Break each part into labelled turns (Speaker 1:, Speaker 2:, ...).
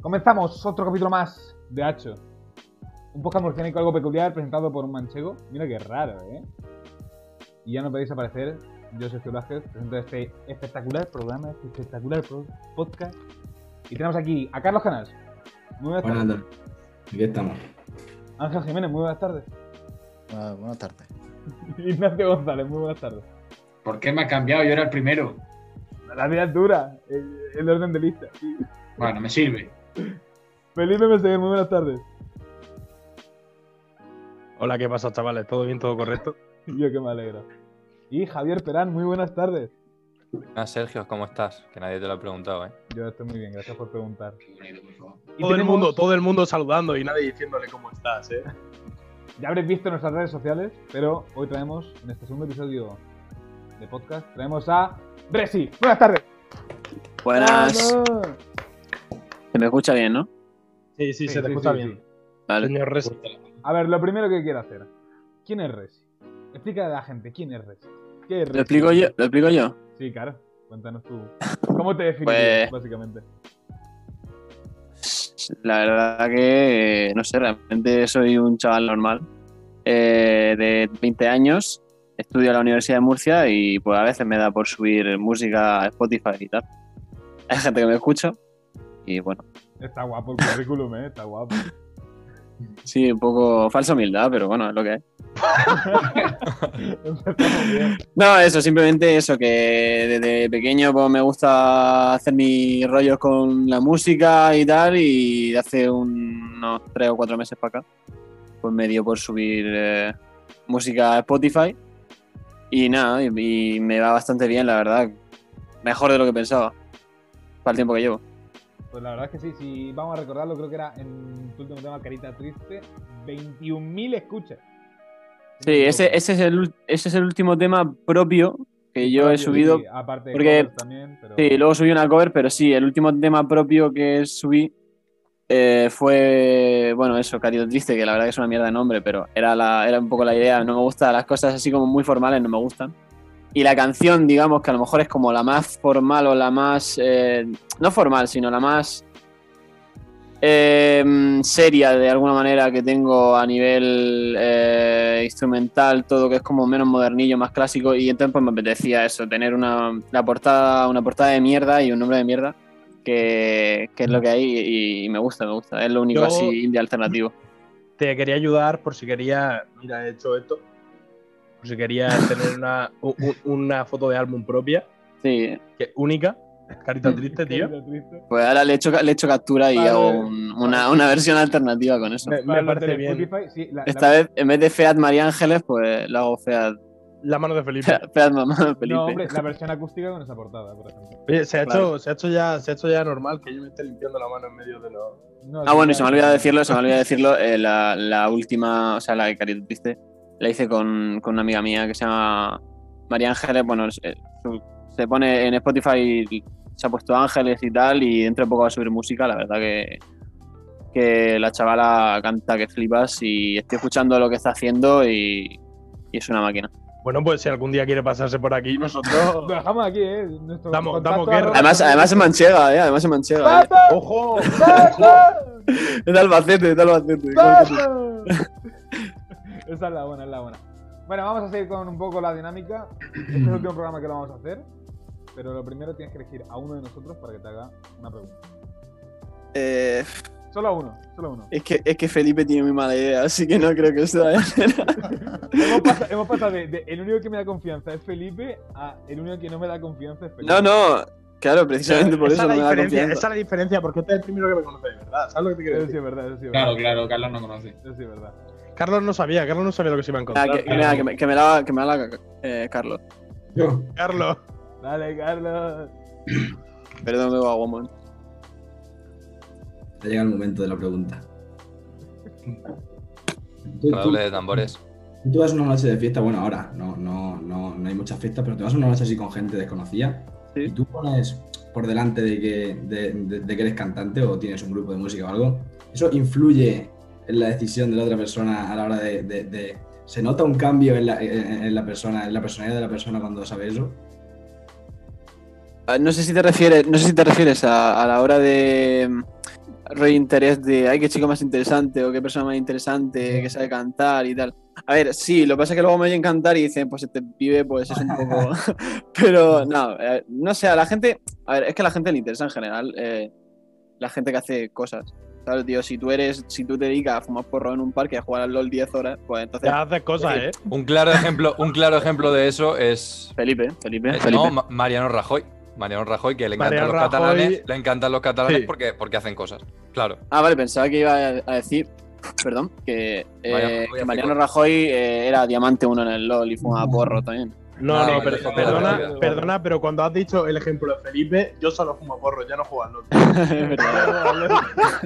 Speaker 1: Comenzamos otro capítulo más de Hacho. Un podcast murciánico algo peculiar presentado por un manchego. Mira qué raro, ¿eh? Y ya no podéis aparecer. Yo soy Sergio Vázquez, presento este espectacular programa, este espectacular pro- podcast. Y tenemos aquí a Carlos Canas. Muy buenas tardes.
Speaker 2: Buenas tardes. Aquí estamos.
Speaker 1: Ángel Jiménez, muy buenas tardes.
Speaker 3: Ah, buenas tardes.
Speaker 1: Ignacio González, muy buenas tardes.
Speaker 4: ¿Por qué me has cambiado? Yo era el primero.
Speaker 1: La vida es dura, el, el orden de lista.
Speaker 4: Bueno, me sirve.
Speaker 1: Felipe Mercedes, muy buenas tardes.
Speaker 5: Hola, ¿qué pasa, chavales? ¿Todo bien, todo correcto?
Speaker 1: Yo que me alegro. Y Javier Perán, muy buenas tardes.
Speaker 6: Ah, Sergio, ¿cómo estás? Que nadie te lo ha preguntado, ¿eh?
Speaker 1: Yo estoy muy bien, gracias por preguntar.
Speaker 4: Qué bonito, por favor.
Speaker 1: Y
Speaker 5: Todo el
Speaker 1: tenemos-
Speaker 5: mundo, todo el mundo saludando y nadie diciéndole cómo estás, ¿eh?
Speaker 1: Ya habréis visto en nuestras redes sociales, pero hoy traemos, en este segundo episodio de podcast, traemos a Bresi. Buenas tardes.
Speaker 7: Buenas.
Speaker 1: ¡Vamos!
Speaker 7: Se me escucha bien, ¿no?
Speaker 5: Sí, sí,
Speaker 1: Sí,
Speaker 5: se te
Speaker 1: sí,
Speaker 5: escucha
Speaker 1: sí,
Speaker 5: bien.
Speaker 7: Vale.
Speaker 5: Señor Res.
Speaker 1: A ver, lo primero que quiero hacer. ¿Quién es Resi? Explica a la gente, ¿quién es Resi? ¿Qué es Resi?
Speaker 7: ¿Lo explico yo? ¿Lo explico yo?
Speaker 1: Sí, claro. Cuéntanos tú. ¿Cómo te definirías,
Speaker 7: Pues-
Speaker 1: básicamente?
Speaker 7: La verdad que, eh, no sé, realmente soy un chaval normal eh, de 20 años, estudio en la Universidad de Murcia y pues a veces me da por subir música a Spotify y tal. Hay gente que me escucha y bueno,
Speaker 1: Está guapo el currículum, ¿eh? Está guapo.
Speaker 7: sí, un poco falsa humildad, pero bueno, es lo que es.
Speaker 1: Empezamos bien.
Speaker 7: No, eso, simplemente eso, que desde pequeño pues, me gusta hacer mis rollos con la música y tal, y hace un- unos tres o cuatro meses para acá, pues me dio por subir eh, música a Spotify, y nada, y, y me va bastante bien, la verdad, mejor de lo que pensaba, para el tiempo que llevo.
Speaker 1: Pues la verdad es que sí, si vamos a recordarlo, creo que era en tu último tema, Carita Triste, 21.000 escuchas.
Speaker 7: Sí, ese, ese, es, el, ul- ese es el último tema propio que yo he
Speaker 1: Sí,
Speaker 7: subido,
Speaker 1: sí, aparte de
Speaker 7: porque-
Speaker 1: covers también, pero...
Speaker 7: Sí, luego subí una cover, pero sí, el último tema propio que subí eh, fue, bueno, eso, Cario Triste, que la verdad que es una mierda de nombre, pero era, la, era un poco la idea, no me gustan las cosas así como muy formales, no me gustan. Y la canción, digamos, que a lo mejor es como la más formal o la más, eh, no formal, sino la más eh, mm, seria de alguna manera que tengo a nivel eh, instrumental, todo que es como menos modernillo, más clásico, y entonces pues me apetecía eso, tener una, la portada, una portada de mierda y un nombre de mierda, que, que es lo que hay y, y me gusta, me gusta, es lo único
Speaker 5: Yo-
Speaker 7: así indie alternativo.
Speaker 5: Te quería ayudar por si quería. Mira, he hecho esto. Por si quería tener una, u- u- una foto de álbum propia,
Speaker 7: Sí,
Speaker 5: que única. Carita triste,
Speaker 1: Carita
Speaker 5: ¿Este tío.
Speaker 1: Triste.
Speaker 7: pues ahora le echo, le echo captura y
Speaker 1: Vale.
Speaker 7: hago un- una, una versión alternativa con eso.
Speaker 5: Me, me
Speaker 1: Para los
Speaker 5: parece
Speaker 1: del
Speaker 5: bien.
Speaker 1: Spotify, sí, la-
Speaker 7: Esta
Speaker 1: la-
Speaker 7: vez, en vez de Feat María Ángeles, pues lo hago Feat,
Speaker 5: La mano de Felipe.
Speaker 7: Feat Mamá Felipe.
Speaker 1: No, hombre, la versión acústica con esa portada, por ejemplo.
Speaker 5: Oye, se ha,
Speaker 7: Claro.
Speaker 5: hecho, se, ha hecho ya, se ha hecho ya normal que yo me esté limpiando la mano en medio de los.
Speaker 1: No,
Speaker 7: Ah,
Speaker 1: sí,
Speaker 7: bueno, y se me
Speaker 1: la-
Speaker 7: ha olvidado decirlo, se me ha olvidado decirlo, eh, la, la última, o sea, la que Carito Triste, la hice con, con una amiga mía que se llama María Ángeles, bueno, es- eh, su- se pone en Spotify, se ha puesto Ángeles y tal, y dentro de poco va a subir música, la verdad que, que la chavala canta que flipas y estoy escuchando lo que está haciendo y, y es una máquina.
Speaker 5: Bueno, pues si algún día quiere pasarse por aquí, nosotros.
Speaker 1: Lo dejamos aquí, ¿eh? Nuestro
Speaker 5: Damos-
Speaker 1: contacto
Speaker 5: damos
Speaker 1: arroba-
Speaker 5: guerra.
Speaker 7: Además, además es manchega, eh, además es manchega. eh.
Speaker 1: ¡Pato!
Speaker 5: ¡Ojo!
Speaker 1: ¡Pato!
Speaker 7: Es de Albacete, es de Albacete.
Speaker 1: ¡Pato! Esa es la buena, es la buena. Bueno, vamos a seguir con un poco la dinámica. Este es el último programa que lo vamos a hacer. Pero lo primero tienes que elegir a uno de nosotros para que te haga una pregunta.
Speaker 7: Eh,
Speaker 1: Solo a uno, solo a uno.
Speaker 7: es, que, es que Felipe tiene muy mala idea, así que no creo que sea.
Speaker 1: Hemos pasa- hemos pasado, de, de el único que me da confianza es Felipe a el único que no me da confianza es Felipe.
Speaker 7: No, no, claro, precisamente por
Speaker 5: esa
Speaker 7: eso no
Speaker 5: es
Speaker 7: me
Speaker 5: la
Speaker 7: da
Speaker 5: diferencia,
Speaker 7: confianza.
Speaker 5: esa es la diferencia, porque este es el primero que me conoce de verdad. ¿Sabes lo que te quiero
Speaker 1: Eso sí
Speaker 5: decir?
Speaker 1: es verdad, eso sí es verdad.
Speaker 4: Claro, claro, Carlos no conoce.
Speaker 1: Eso sí es verdad.
Speaker 5: Carlos no sabía, Carlos no sabía lo que se iba a
Speaker 7: Ah,
Speaker 5: encontrar.
Speaker 7: que, que me la- que me, que me la, que me la eh, Carlos.
Speaker 4: Yo.
Speaker 5: Carlos.
Speaker 1: Dale, Carlos.
Speaker 7: Perdón, me va a Guamón.
Speaker 2: Ha llegado el momento de la pregunta. Tú, tú-
Speaker 6: Redoble de tambores.
Speaker 2: tú vas a una noche de fiesta, bueno, ahora no, no, no, no hay muchas fiestas, pero te vas a una noche así con gente desconocida
Speaker 7: Sí.
Speaker 2: y tú pones por delante de que, de, de- de que eres cantante o tienes un grupo de música o algo. ¿Eso influye en la decisión de la otra persona a la hora de... de- de- ¿Se nota un cambio en la, en- en la persona, en la personalidad de la persona cuando sabe eso?
Speaker 7: Ah, No sé si te refieres, no sé si te refieres a, a la hora de. mm, rollo interés de, ay, qué chico más interesante o qué persona más interesante que sabe cantar y tal. A ver, sí, lo que pasa es que luego me oyen cantar y dicen, pues este pibe, pues es un poco... Pero no, eh, no sé, a la gente, a ver, es que a la gente le interesa en general eh, la gente que hace cosas. ¿Sabes, tío? Si tú eres, si tú te dedicas a fumar porro en un parque y a jugar al LOL 10 horas, pues entonces...
Speaker 5: Ya haces cosas, ¿eh?
Speaker 6: Un claro ejemplo, un claro ejemplo de eso es
Speaker 7: Felipe, Felipe,
Speaker 6: Eh,
Speaker 7: Felipe.
Speaker 6: No, Ma- Mariano Rajoy. Mariano Rajoy, que le encantan
Speaker 5: Mariano
Speaker 6: los catalanes,
Speaker 5: Rajoy-
Speaker 6: le encantan los catalanes
Speaker 5: Sí.
Speaker 6: porque, porque hacen cosas. Claro.
Speaker 7: Ah, vale, pensaba que iba a decir, perdón, que, eh,
Speaker 6: Mariano
Speaker 7: que
Speaker 6: Rajoy hace
Speaker 7: Mariano
Speaker 6: cosas.
Speaker 7: Rajoy eh, era diamante uno en el LOL y fumaba porro también.
Speaker 5: No,
Speaker 6: No,
Speaker 5: no,
Speaker 6: vale,
Speaker 5: pero-
Speaker 6: vale,
Speaker 5: perdona,
Speaker 6: vale, vale.
Speaker 5: perdona, pero cuando has dicho el ejemplo de Felipe, yo solo fumo porro, ya no juego al LOL.
Speaker 7: Es verdad.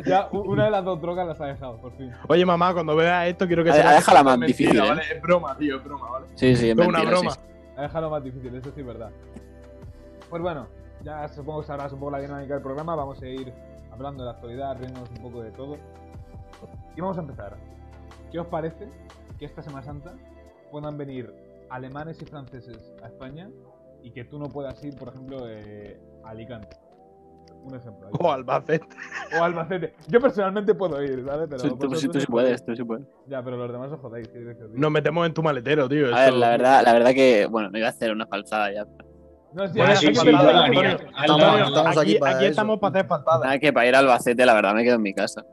Speaker 1: Ya, u- una de las dos drogas las ha dejado, por fin.
Speaker 5: Oye, mamá, cuando veas esto, quiero que
Speaker 7: Ha-
Speaker 5: sepas
Speaker 7: ha
Speaker 5: que
Speaker 7: dejado la
Speaker 5: es
Speaker 7: más
Speaker 5: mentira,
Speaker 7: difícil, ¿eh?
Speaker 5: ¿vale? Es broma, tío, es broma, ¿vale?
Speaker 7: Sí, sí, es
Speaker 5: Es una
Speaker 7: mentira, sí,
Speaker 5: broma.
Speaker 7: sí.
Speaker 1: Ha dejado más difícil, eso sí es verdad. Pues bueno, ya supongo que sabrás un poco la dinámica del programa. Vamos a ir hablando de la actualidad, riéndonos un poco de todo. Y vamos a empezar. ¿Qué os parece que esta Semana Santa puedan venir alemanes y franceses a España y que tú no puedas ir, por ejemplo, eh, a Alicante? Un ejemplo.
Speaker 5: O Albacete.
Speaker 1: O Albacete. Yo personalmente puedo ir, ¿vale? Pero
Speaker 7: Sí, tú,
Speaker 1: vosotros
Speaker 7: sí, tú sí
Speaker 1: no
Speaker 7: puedes, tú sí puedes.
Speaker 1: Ya, pero los demás os jodéis. ¿qué queréis que os diga?
Speaker 5: Nos metemos en tu maletero, tío.
Speaker 7: A ver,
Speaker 5: eso-
Speaker 7: la verdad, la verdad que, bueno, me iba a hacer una falsada ya.
Speaker 1: No, sí,
Speaker 4: Bueno,
Speaker 1: ya,
Speaker 4: sí,
Speaker 1: ya,
Speaker 4: sí,
Speaker 1: ya,
Speaker 4: yo
Speaker 1: ya,
Speaker 4: la
Speaker 1: ya,
Speaker 4: haría.
Speaker 1: ya.
Speaker 4: Hazla,
Speaker 3: Antonio,
Speaker 4: hazla.
Speaker 3: Estamos aquí para eso.
Speaker 5: estamos para hacer fantasmas.
Speaker 7: Nada que para ir al Albacete, la verdad, me quedo en mi casa.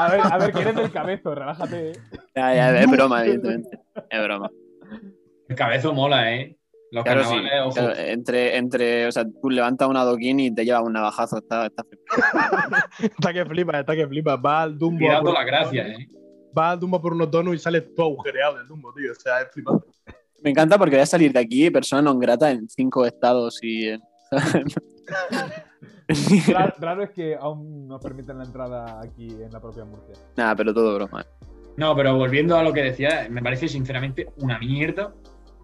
Speaker 1: A ver, a ver, que eres del cabezo, relájate. eh.
Speaker 7: Ya, ya, es broma, evidentemente. Es broma.
Speaker 4: El cabezo mola, ¿eh? Los
Speaker 7: Claro, sí.
Speaker 4: carnavales, ojo.
Speaker 7: Claro, entre, entre, o sea, tú levantas un adoquín y te llevas un navajazo. Está, está feo.
Speaker 5: Está que flipas, está que flipas. Va al Dumbo. a
Speaker 4: Tirando
Speaker 5: por-
Speaker 4: las gracias, ¿eh?
Speaker 5: Va al Dumbo por unos donos y sales todo agujereado del Dumbo, tío. O sea, es flipante.
Speaker 7: Me encanta porque voy a salir de aquí persona non grata en cinco estados y en...
Speaker 1: Ra- Raro es que aún nos permiten la entrada aquí en la propia Murcia.
Speaker 7: Nada, pero todo broma.
Speaker 4: No, pero volviendo a lo que decía, me parece sinceramente una mierda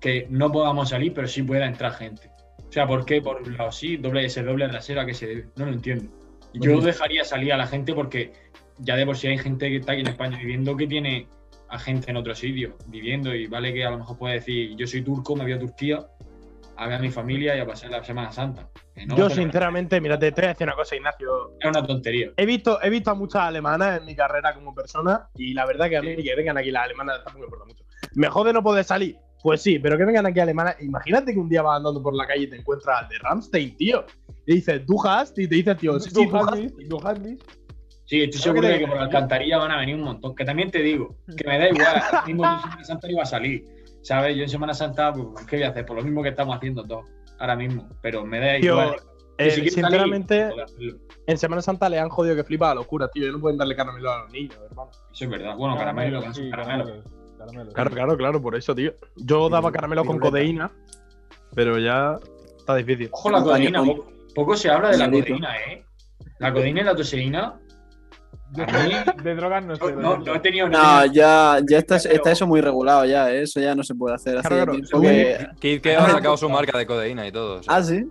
Speaker 4: que no podamos salir, pero sí pueda entrar gente. O sea, ¿por qué? Por un lado sí, doble ese doble rasero a que se debe. No lo entiendo. Yo dejaría salir a la gente porque ya de por sí hay gente que está aquí en España viviendo que tiene a gente en otro sitio viviendo y vale que a lo mejor puede decir yo soy turco, me voy a Turquía a ver a mi familia y a pasar la Semana Santa. Que no,
Speaker 5: Yo,
Speaker 4: pero
Speaker 5: sinceramente, mira, te te voy a decir una cosa, Ignacio.
Speaker 4: Es una tontería.
Speaker 5: He visto, he visto a muchas alemanas en mi carrera como persona y la verdad que a mí que vengan aquí las alemanas tampoco me importa mucho. Me jode no poder salir. Pues sí, pero que vengan aquí alemanas. Imagínate que un día vas andando por la calle y te encuentras al de Ramstein, tío. Y dices, ¿tú hast? Y te dice, tío, sí, sí,
Speaker 1: Du
Speaker 5: du hast.
Speaker 1: Handlis, Du Handlis.
Speaker 4: Sí, estoy
Speaker 5: Creo que
Speaker 4: seguro de
Speaker 5: te- Mm.
Speaker 4: que por la alcantarilla van a venir un montón. Que también te digo, que me da igual. ahora mismo yo en Semana Santa no iba a salir. ¿Sabes? Yo en Semana Santa, pues, ¿qué voy a hacer? Por lo mismo que estamos haciendo todos ahora mismo. Pero me da
Speaker 5: Tío,
Speaker 4: igual. Que
Speaker 5: Eh,
Speaker 4: si quieres salir,
Speaker 5: sinceramente,
Speaker 4: joder, hazlo.
Speaker 5: en Semana Santa le han jodido que flipa a locura, tío. Y no pueden darle caramelo a los niños, hermano.
Speaker 4: Eso es verdad. Bueno, caramelo,
Speaker 1: Caramelos, sí,
Speaker 4: caramelo.
Speaker 1: caramelos, caramelos.
Speaker 5: Claro, claro, claro, por eso, tío. Yo daba caramelo con codeína, pero ya está difícil.
Speaker 4: Ojo la
Speaker 7: Un paño-
Speaker 4: codeína.
Speaker 7: un-
Speaker 4: Poco, poco se habla de la
Speaker 7: Solito.
Speaker 4: codeína, ¿eh? La codeína y la toseína.
Speaker 1: Yo-
Speaker 4: A mí,
Speaker 1: De drogas no
Speaker 4: no,
Speaker 1: sé.
Speaker 4: no- no he tenido
Speaker 7: No,
Speaker 4: nada.
Speaker 7: ya, ya está, está eso muy regulado ya, ¿eh? eso ya no se puede hacer. Hace
Speaker 5: Claro, claro.
Speaker 7: tiempo que...
Speaker 6: Kid que
Speaker 5: Ah,
Speaker 6: ha sacado su marca de codeína y todo. o sea.
Speaker 7: Ah, sí.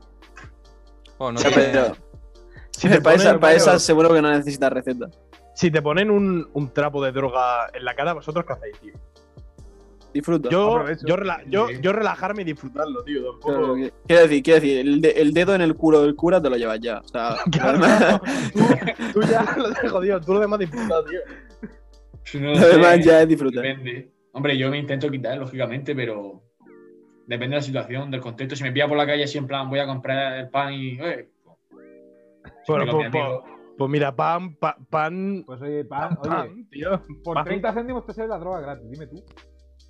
Speaker 6: Bueno, no
Speaker 7: Ya,
Speaker 6: tiene-
Speaker 7: pero
Speaker 5: Si te
Speaker 7: para
Speaker 5: ponen,
Speaker 7: esa, para
Speaker 5: hermano,
Speaker 7: esa seguro que no necesitas receta.
Speaker 5: si te ponen un, un trapo de droga en la cara, ¿vosotros qué hacéis, tío?
Speaker 7: Disfruta.
Speaker 5: Yo,
Speaker 1: Aprovecho.
Speaker 5: yo, rela- yo,
Speaker 4: Sí.
Speaker 5: yo relajarme y disfrutarlo, tío. Tampoco.
Speaker 7: Claro, que- Quiero decir, quiero decir, el, de- el dedo en el culo del cura te lo llevas ya. O sea,
Speaker 5: Claro,
Speaker 7: además-
Speaker 5: Tú, tú ya lo has jodido, tú lo demás disfrutas, tío.
Speaker 4: No
Speaker 7: lo demás
Speaker 4: sé.
Speaker 7: ya es disfrutar.
Speaker 4: Depende. Hombre, yo me intento quitar, lógicamente, pero depende de la situación, del contexto. Si me pilla por la calle así en plan, voy a comprar el pan y. eh, pues, si me
Speaker 5: Bueno,
Speaker 4: lo
Speaker 5: pues,
Speaker 4: mi amigo,
Speaker 5: pues- pues mira, pan, pa- pan,
Speaker 1: Pues oye, pan, oye,
Speaker 5: pan, tío.
Speaker 1: por
Speaker 5: Ah, pan.
Speaker 1: 30 céntimos te sale la droga gratis, dime tú.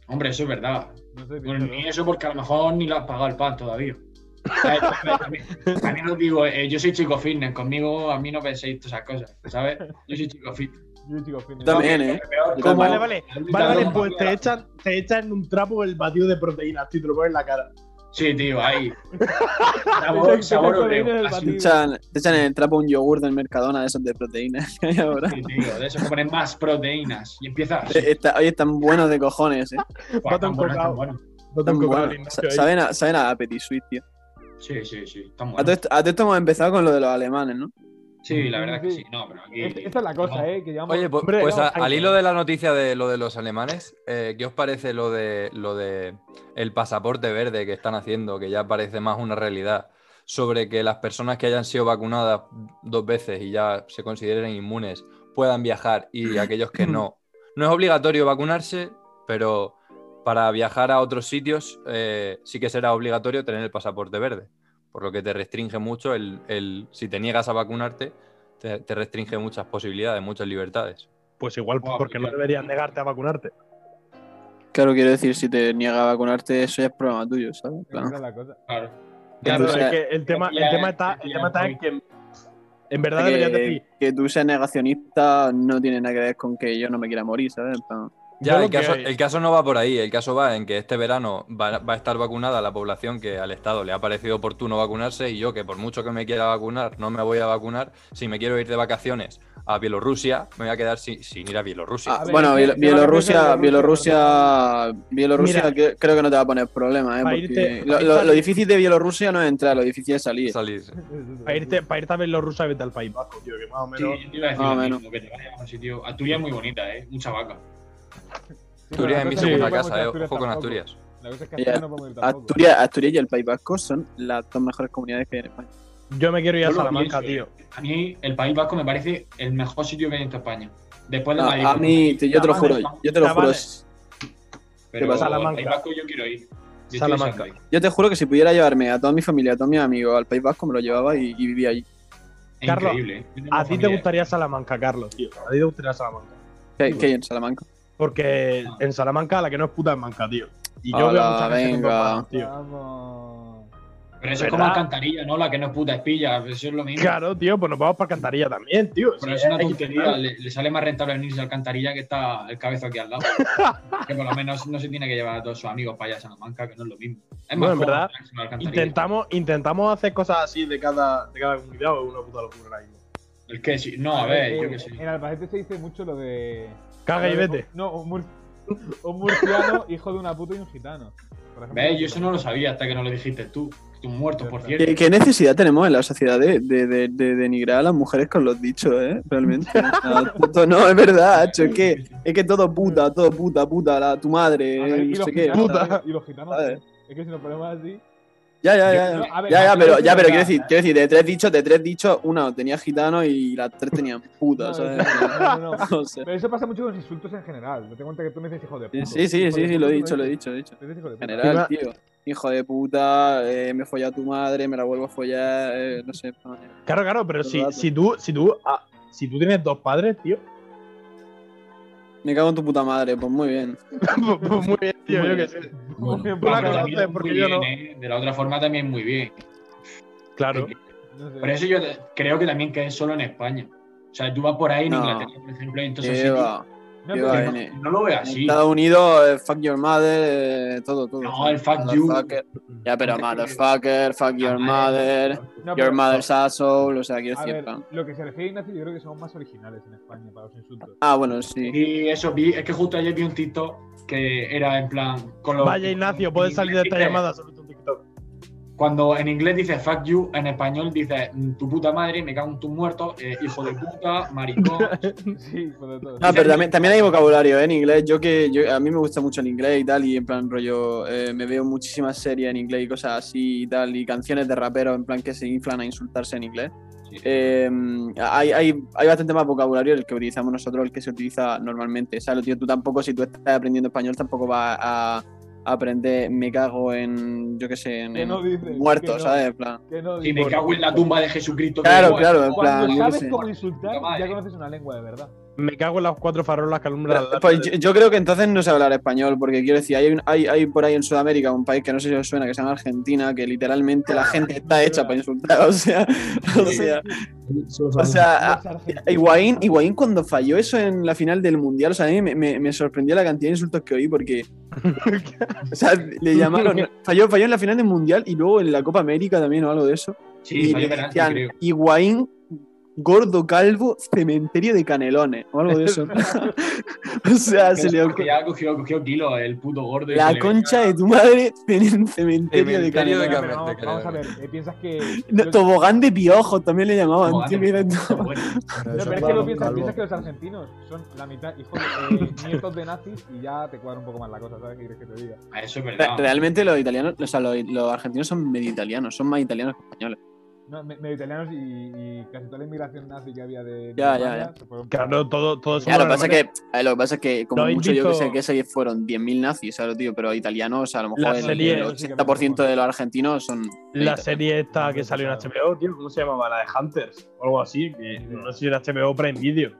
Speaker 4: Hombre, eso es verdad.
Speaker 1: No sé,
Speaker 4: Bueno,
Speaker 1: piénsalo.
Speaker 4: ni eso porque a lo mejor ni lo has pagado el pan todavía. Eh, También también os digo, eh, yo soy chico fitness, conmigo a mí no penséis todas esas cosas, ¿sabes? Yo soy chico fitness.
Speaker 1: Yo, chicos, fin de-
Speaker 7: Yo también, ¿eh? Yo
Speaker 4: Como-
Speaker 5: Vale, vale, vale, vale,
Speaker 4: Como-
Speaker 5: pues te echan, te echan un trapo el batido de proteínas, tío, te lo pones en la cara.
Speaker 4: Sí, tío, ahí. Sabor, sabor Oreo, así.
Speaker 7: Te echan, te echan en el trapo un yogur del Mercadona de esos de proteínas que hay ahora.
Speaker 4: Sí, tío, de eso que ponen más proteínas y empiezas.
Speaker 7: Eh, Está- oye, están buenos de cojones, eh.
Speaker 4: Buah,
Speaker 5: Bota un
Speaker 4: tan bueno,
Speaker 5: cocao.
Speaker 4: tan bueno.
Speaker 5: No
Speaker 7: Están
Speaker 5: tengo que
Speaker 7: buenos.
Speaker 5: abrir,
Speaker 7: Sa-
Speaker 5: tío, ahí.
Speaker 7: Saben a, saben a Petit Suisse, tío.
Speaker 4: Sí, sí, sí, están
Speaker 7: A todo
Speaker 4: buenos.
Speaker 7: esto, a todo esto hemos empezado con lo de los alemanes, ¿no?
Speaker 4: Sí, la verdad es que
Speaker 1: Sí.
Speaker 4: sí. No, pero aquí.
Speaker 1: Es- Esta es la cosa, eh, que llevamos...
Speaker 6: Oye, pues,
Speaker 5: Hombre,
Speaker 6: pues a-
Speaker 5: vamos,
Speaker 6: al hilo de la noticia de lo de los alemanes, eh, ¿qué os parece lo de lo de el pasaporte verde que están haciendo, que ya parece más una realidad? sobre que las personas que hayan sido vacunadas dos veces y ya se consideren inmunes puedan viajar y aquellos que no. No es obligatorio vacunarse, pero para viajar a otros sitios eh, sí que será obligatorio tener el pasaporte verde, por lo que te restringe mucho el, el- si te niegas a vacunarte, te, te restringe muchas posibilidades, muchas libertades.
Speaker 5: Pues igual
Speaker 4: Buah,
Speaker 5: porque no
Speaker 4: porque-
Speaker 5: deberían negarte a vacunarte.
Speaker 7: Claro, quiero decir, si te niega a vacunarte, eso ya es problema tuyo, ¿sabes? En plan,
Speaker 1: Esa es la cosa.
Speaker 4: Claro.
Speaker 5: Claro,
Speaker 7: o sea,
Speaker 5: es que el tema, el
Speaker 4: ya-
Speaker 5: tema está, el
Speaker 4: ya
Speaker 5: tema está
Speaker 4: voy.
Speaker 5: en que en verdad deberían decir.
Speaker 7: que, que tú seas negacionista no tiene nada que ver con que yo no me quiera morir, ¿sabes? En plan,
Speaker 5: yo
Speaker 6: Ya,
Speaker 5: lo
Speaker 6: el
Speaker 5: que
Speaker 6: caso,
Speaker 5: hay-
Speaker 6: el caso no va por ahí, el caso va en que este verano va, va a estar vacunada la población que al Estado le ha parecido oportuno vacunarse y yo que por mucho que me quiera vacunar, no me voy a vacunar, si me quiero ir de vacaciones a Bielorrusia, me voy a quedar sin, sin ir a Bielorrusia.
Speaker 7: Ah,
Speaker 1: ver,
Speaker 7: bueno,
Speaker 1: yo- yo
Speaker 7: Biel-
Speaker 1: la
Speaker 7: Bielorrusia,
Speaker 1: verdad que
Speaker 7: Bielorrusia, Bielorrusia
Speaker 5: Mira.
Speaker 7: que- creo que no te va a poner problema, ¿eh?
Speaker 5: Para
Speaker 7: Porque
Speaker 5: irte-
Speaker 7: lo,
Speaker 5: para
Speaker 7: lo-
Speaker 5: irte-
Speaker 7: lo difícil de Bielorrusia no es entrar, lo difícil es salir.
Speaker 6: Salir.
Speaker 5: Para irte, para irte a ver los rusos, vete al País Vasco, tío, que más o menos.
Speaker 4: Sí, yo iba a decir
Speaker 7: Más o
Speaker 4: lo
Speaker 7: menos.
Speaker 4: mismo, que te vayas a un sitio. Asturias es muy bonita, ¿eh? Mucha vaca.
Speaker 6: Asturias es mi
Speaker 5: Sí.
Speaker 6: segunda
Speaker 5: Sí.
Speaker 6: casa, eh, ojo con Asturias.
Speaker 1: La cosa es que
Speaker 7: Ya,
Speaker 1: Asturias no podemos ir tampoco.
Speaker 7: Asturias, Asturias y el País Vasco son las dos mejores comunidades que hay en España.
Speaker 5: Yo me quiero ir a
Speaker 4: Yo lo
Speaker 5: Salamanca, tío.
Speaker 4: pienso, eh. A mí el País Vasco me parece el mejor sitio que hay en toda España. Después de Madrid.
Speaker 7: Ah, A, a mí, te- yo te lo juro,
Speaker 5: Chavales,
Speaker 7: yo te lo juro.
Speaker 5: chavales.
Speaker 4: pero
Speaker 7: ¿qué pasa?
Speaker 4: al
Speaker 5: Salamanca.
Speaker 4: País Vasco yo quiero ir. Yo estoy
Speaker 5: Salamanca.
Speaker 4: deseando ir.
Speaker 7: Yo te juro que si pudiera llevarme a toda mi familia, a todos mis amigos al País Vasco, me lo llevaba y, y vivía allí.
Speaker 4: Es
Speaker 5: Carlos,
Speaker 4: increíble. ¿eh? Yo tengo
Speaker 5: A ti te
Speaker 4: familia.
Speaker 5: gustaría Salamanca, Carlos, tío. A ti te gustaría Salamanca.
Speaker 7: ¿Qué, qué hay en Salamanca?
Speaker 5: Porque en Salamanca la que no es puta es manca, tío. Y yo veo
Speaker 7: Hola,
Speaker 5: mucha gente con dos
Speaker 7: venga.
Speaker 5: manos, tío.
Speaker 1: Vamos.
Speaker 4: Pero eso es
Speaker 5: ¿Verdad?
Speaker 4: como alcantarilla, ¿no? La que no es puta es pilla. Eso es lo mismo.
Speaker 5: Claro, tío, pues nos vamos para Cantarilla también, tío.
Speaker 4: Pero es una
Speaker 5: Eh,
Speaker 4: tontería. Le, le sale más rentable venirse a alcantarilla que está el cabezo aquí al lado. que por lo menos no se tiene que llevar a todos sus amigos para allá a Salamanca, que no es lo mismo. Es
Speaker 5: Bueno,
Speaker 4: más
Speaker 5: en
Speaker 4: cómodo
Speaker 5: verdad,
Speaker 4: traerse una alcantarilla.
Speaker 5: Intentamos, intentamos hacer cosas así de cada, de cada comunidad o es una puta locura ahí.
Speaker 4: El que sí. No, a ver,
Speaker 1: Eh,
Speaker 4: yo qué sé.
Speaker 1: En Albacete se dice mucho lo de.
Speaker 5: Caga y
Speaker 1: lo de-
Speaker 5: vete.
Speaker 1: No, un, mur- un murciano, hijo de una puta y un gitano. Por ejemplo,
Speaker 4: ¿Ves? Yo eso no lo sabía hasta que no lo dijiste tú. Tú muerto, por cierto.
Speaker 7: ¿Qué, qué necesidad tenemos en la sociedad de, de- de- de denigrar a las mujeres con los dichos, eh? Realmente. No, tonto, no, es verdad, hacho, es que, es que todo puta, todo puta, puta, la- tu madre,
Speaker 1: A ver, Ah, y,
Speaker 7: no
Speaker 1: los
Speaker 7: sé qué.
Speaker 1: gitanos,
Speaker 5: puta.
Speaker 1: ¿sabes? y los gitanos.
Speaker 7: Joder.
Speaker 1: Es que si nos ponemos así.
Speaker 7: Ya, ya, ya.
Speaker 1: No,
Speaker 7: ya.
Speaker 1: a ver,
Speaker 7: Ya, ya,
Speaker 1: aquí
Speaker 7: pero,
Speaker 1: es
Speaker 7: ya, pero
Speaker 1: verdad,
Speaker 7: quiero decir,
Speaker 1: ¿eh?
Speaker 7: quiero decir, de tres dichos, de tres dichos, una tenía gitano y las tres tenían puta,
Speaker 1: No,
Speaker 7: ¿sabes?
Speaker 1: no, no, no.
Speaker 7: No sé.
Speaker 1: Pero eso pasa mucho con los insultos en general. No te cuenta que tú me dices hijo de puta.
Speaker 7: Sí, sí, sí, sí, lo he dicho, lo he dicho, lo he dicho.
Speaker 1: En
Speaker 7: General,
Speaker 5: Encima-
Speaker 7: tío. Hijo de puta, eh, me follé a tu madre, me la vuelvo a follar, eh, no sé. no, eh.
Speaker 5: Claro, claro, pero si,
Speaker 7: Verdad.
Speaker 5: si tú, si tú, ah, si tú tienes dos padres, tío.
Speaker 7: Me cago en tu puta madre, pues muy bien.
Speaker 5: pues pues muy bien, tío, yo qué sé.
Speaker 2: Bueno,
Speaker 5: Tú la
Speaker 4: Pero
Speaker 5: conoces,
Speaker 4: también
Speaker 5: porque
Speaker 4: muy
Speaker 5: yo
Speaker 4: bien,
Speaker 5: no.
Speaker 4: ¿eh? De la otra forma también muy bien.
Speaker 5: Claro.
Speaker 1: No sé.
Speaker 4: Por eso yo te- creo que también que es solo en España. O sea, tú vas por ahí en
Speaker 7: No.
Speaker 4: Inglaterra, por ejemplo, y entonces
Speaker 7: Eh, va.
Speaker 1: No,
Speaker 7: Yo,
Speaker 1: pero-
Speaker 7: eh,
Speaker 4: no,
Speaker 7: en-
Speaker 4: no lo veo así.
Speaker 7: Estados Unidos, eh, fuck your mother, eh, todo, todo.
Speaker 4: No, el fuck you.
Speaker 7: Motherfucker. Ya, pero motherfucker, fuck your mother,
Speaker 1: no, pero-
Speaker 7: your mother's asshole, o sea, quiero
Speaker 1: A
Speaker 7: decir,
Speaker 1: ver,
Speaker 7: plan.
Speaker 1: lo que se refiere a Ignacio, yo creo que somos más originales en España para los insultos.
Speaker 7: Ah, bueno, sí.
Speaker 4: Y eso, vi, es que justo ayer vi un TikTok que era en plan. Con los-
Speaker 5: Vaya Ignacio, puedes
Speaker 4: en
Speaker 5: salir de esta
Speaker 4: inglés
Speaker 5: llamada sobre tu TikTok.
Speaker 4: dices- Cuando en inglés dices fuck you, en español dices mm, tu puta madre, me cago en tu muerto, eh, hijo de puta, maricón.
Speaker 1: Sí, sobre todo.
Speaker 7: Ah, pero también, también hay vocabulario ¿eh? en inglés. Yo que yo, a mí me gusta mucho el inglés y tal, y en plan rollo, eh, me veo muchísimas series en inglés y cosas así y tal, y canciones de raperos en plan que se inflan a insultarse en inglés.
Speaker 4: Sí.
Speaker 7: Eh, hay, hay, hay bastante más vocabulario el que utilizamos nosotros, el que se utiliza normalmente. O sea, lo tío, tú tampoco, si tú estás aprendiendo español, tampoco vas a, a aprender me cago en, yo qué sé, en,
Speaker 1: Que no
Speaker 7: en
Speaker 1: dices,
Speaker 7: muerto,
Speaker 1: que no.
Speaker 7: ¿sabes? En plan.
Speaker 1: Que no,
Speaker 4: y me
Speaker 1: digo,
Speaker 4: cago en la tumba de Jesucristo.
Speaker 7: Claro,
Speaker 4: Bueno,
Speaker 7: claro, en
Speaker 4: bueno,
Speaker 7: plan,
Speaker 1: Cuando
Speaker 7: yo qué
Speaker 1: sabes
Speaker 7: sé.
Speaker 1: cómo insultar,
Speaker 4: Puta madre.
Speaker 1: ya conoces una lengua de verdad.
Speaker 5: Me cago en las cuatro farolas que alumbran. la
Speaker 7: Pues
Speaker 5: tarde.
Speaker 7: yo, yo creo que entonces no sé hablar español, porque quiero decir, hay, un- hay, hay por ahí en Sudamérica un país que no sé si os suena, que se llama Argentina, que literalmente la gente está hecha para insultar, o sea, o sea,
Speaker 2: solo
Speaker 7: o
Speaker 2: sabemos-
Speaker 7: sea,
Speaker 1: Los argentinos.
Speaker 7: Higuaín, Higuaín cuando falló eso en la final del Mundial, o sea, a mí me, me- me sorprendió la cantidad de insultos que oí porque... o sea, le llamaron... Falló, falló en la final del Mundial y luego en la Copa América también o algo de eso.
Speaker 4: Sí,
Speaker 7: y
Speaker 4: falló
Speaker 7: le
Speaker 4: penalti,
Speaker 7: decían,
Speaker 4: creo.
Speaker 7: Higuaín Gordo Calvo, cementerio de canelones o algo de eso. o sea, se le ocurre.
Speaker 4: Ya ha cogido, ha cogido kilo el puto gordo. y se
Speaker 7: La
Speaker 4: le
Speaker 7: concha de tu madre, cen- cementerio de
Speaker 6: Cementerio de
Speaker 7: canelones.
Speaker 1: Pero
Speaker 6: Cameron,
Speaker 1: vamos-
Speaker 6: creo,
Speaker 1: vamos a
Speaker 6: creo.
Speaker 1: ver, eh, piensas que.
Speaker 7: No,
Speaker 1: yo-
Speaker 7: tobogán de piojo también le llamaban.
Speaker 4: Tobogán
Speaker 7: tío,
Speaker 4: de
Speaker 7: mira,
Speaker 4: ve-
Speaker 7: no.
Speaker 4: Bueno,
Speaker 1: No, pero es que lo piensas, piensas que los argentinos son la mitad hijos de eh, nietos de nazis y ya te cuadra un poco más la cosa, ¿sabes qué quieres que te diga?
Speaker 4: a eso es
Speaker 7: Re-
Speaker 4: verdad.
Speaker 7: Realmente los italianos, o sea, los, los argentinos son medio italianos, son más italianos que españoles.
Speaker 1: No, me- medio italianos y, y casi toda la inmigración nazi que había de. de
Speaker 7: Ya, ya,
Speaker 1: Alemania
Speaker 7: ya.
Speaker 1: se fueron para-
Speaker 5: Claro, todo, todos
Speaker 7: Ya,
Speaker 5: somos
Speaker 7: lo que pasa
Speaker 5: alemanes.
Speaker 7: que, eh, lo que pasa es que, como
Speaker 5: ¿No habéis
Speaker 7: mucho, yo que
Speaker 5: visto-
Speaker 7: sé que se fueron 10.000 nazis, ¿sabes, tío? Pero italianos, o sea, a lo mejor
Speaker 5: La
Speaker 7: el,
Speaker 5: serie-
Speaker 7: el 80% de los argentinos son.
Speaker 5: La
Speaker 7: italianos.
Speaker 5: serie esta que salió en HBO, tío, ¿cómo se llamaba? La de Hunters o algo así, que no sé si era HBO o Prime Video.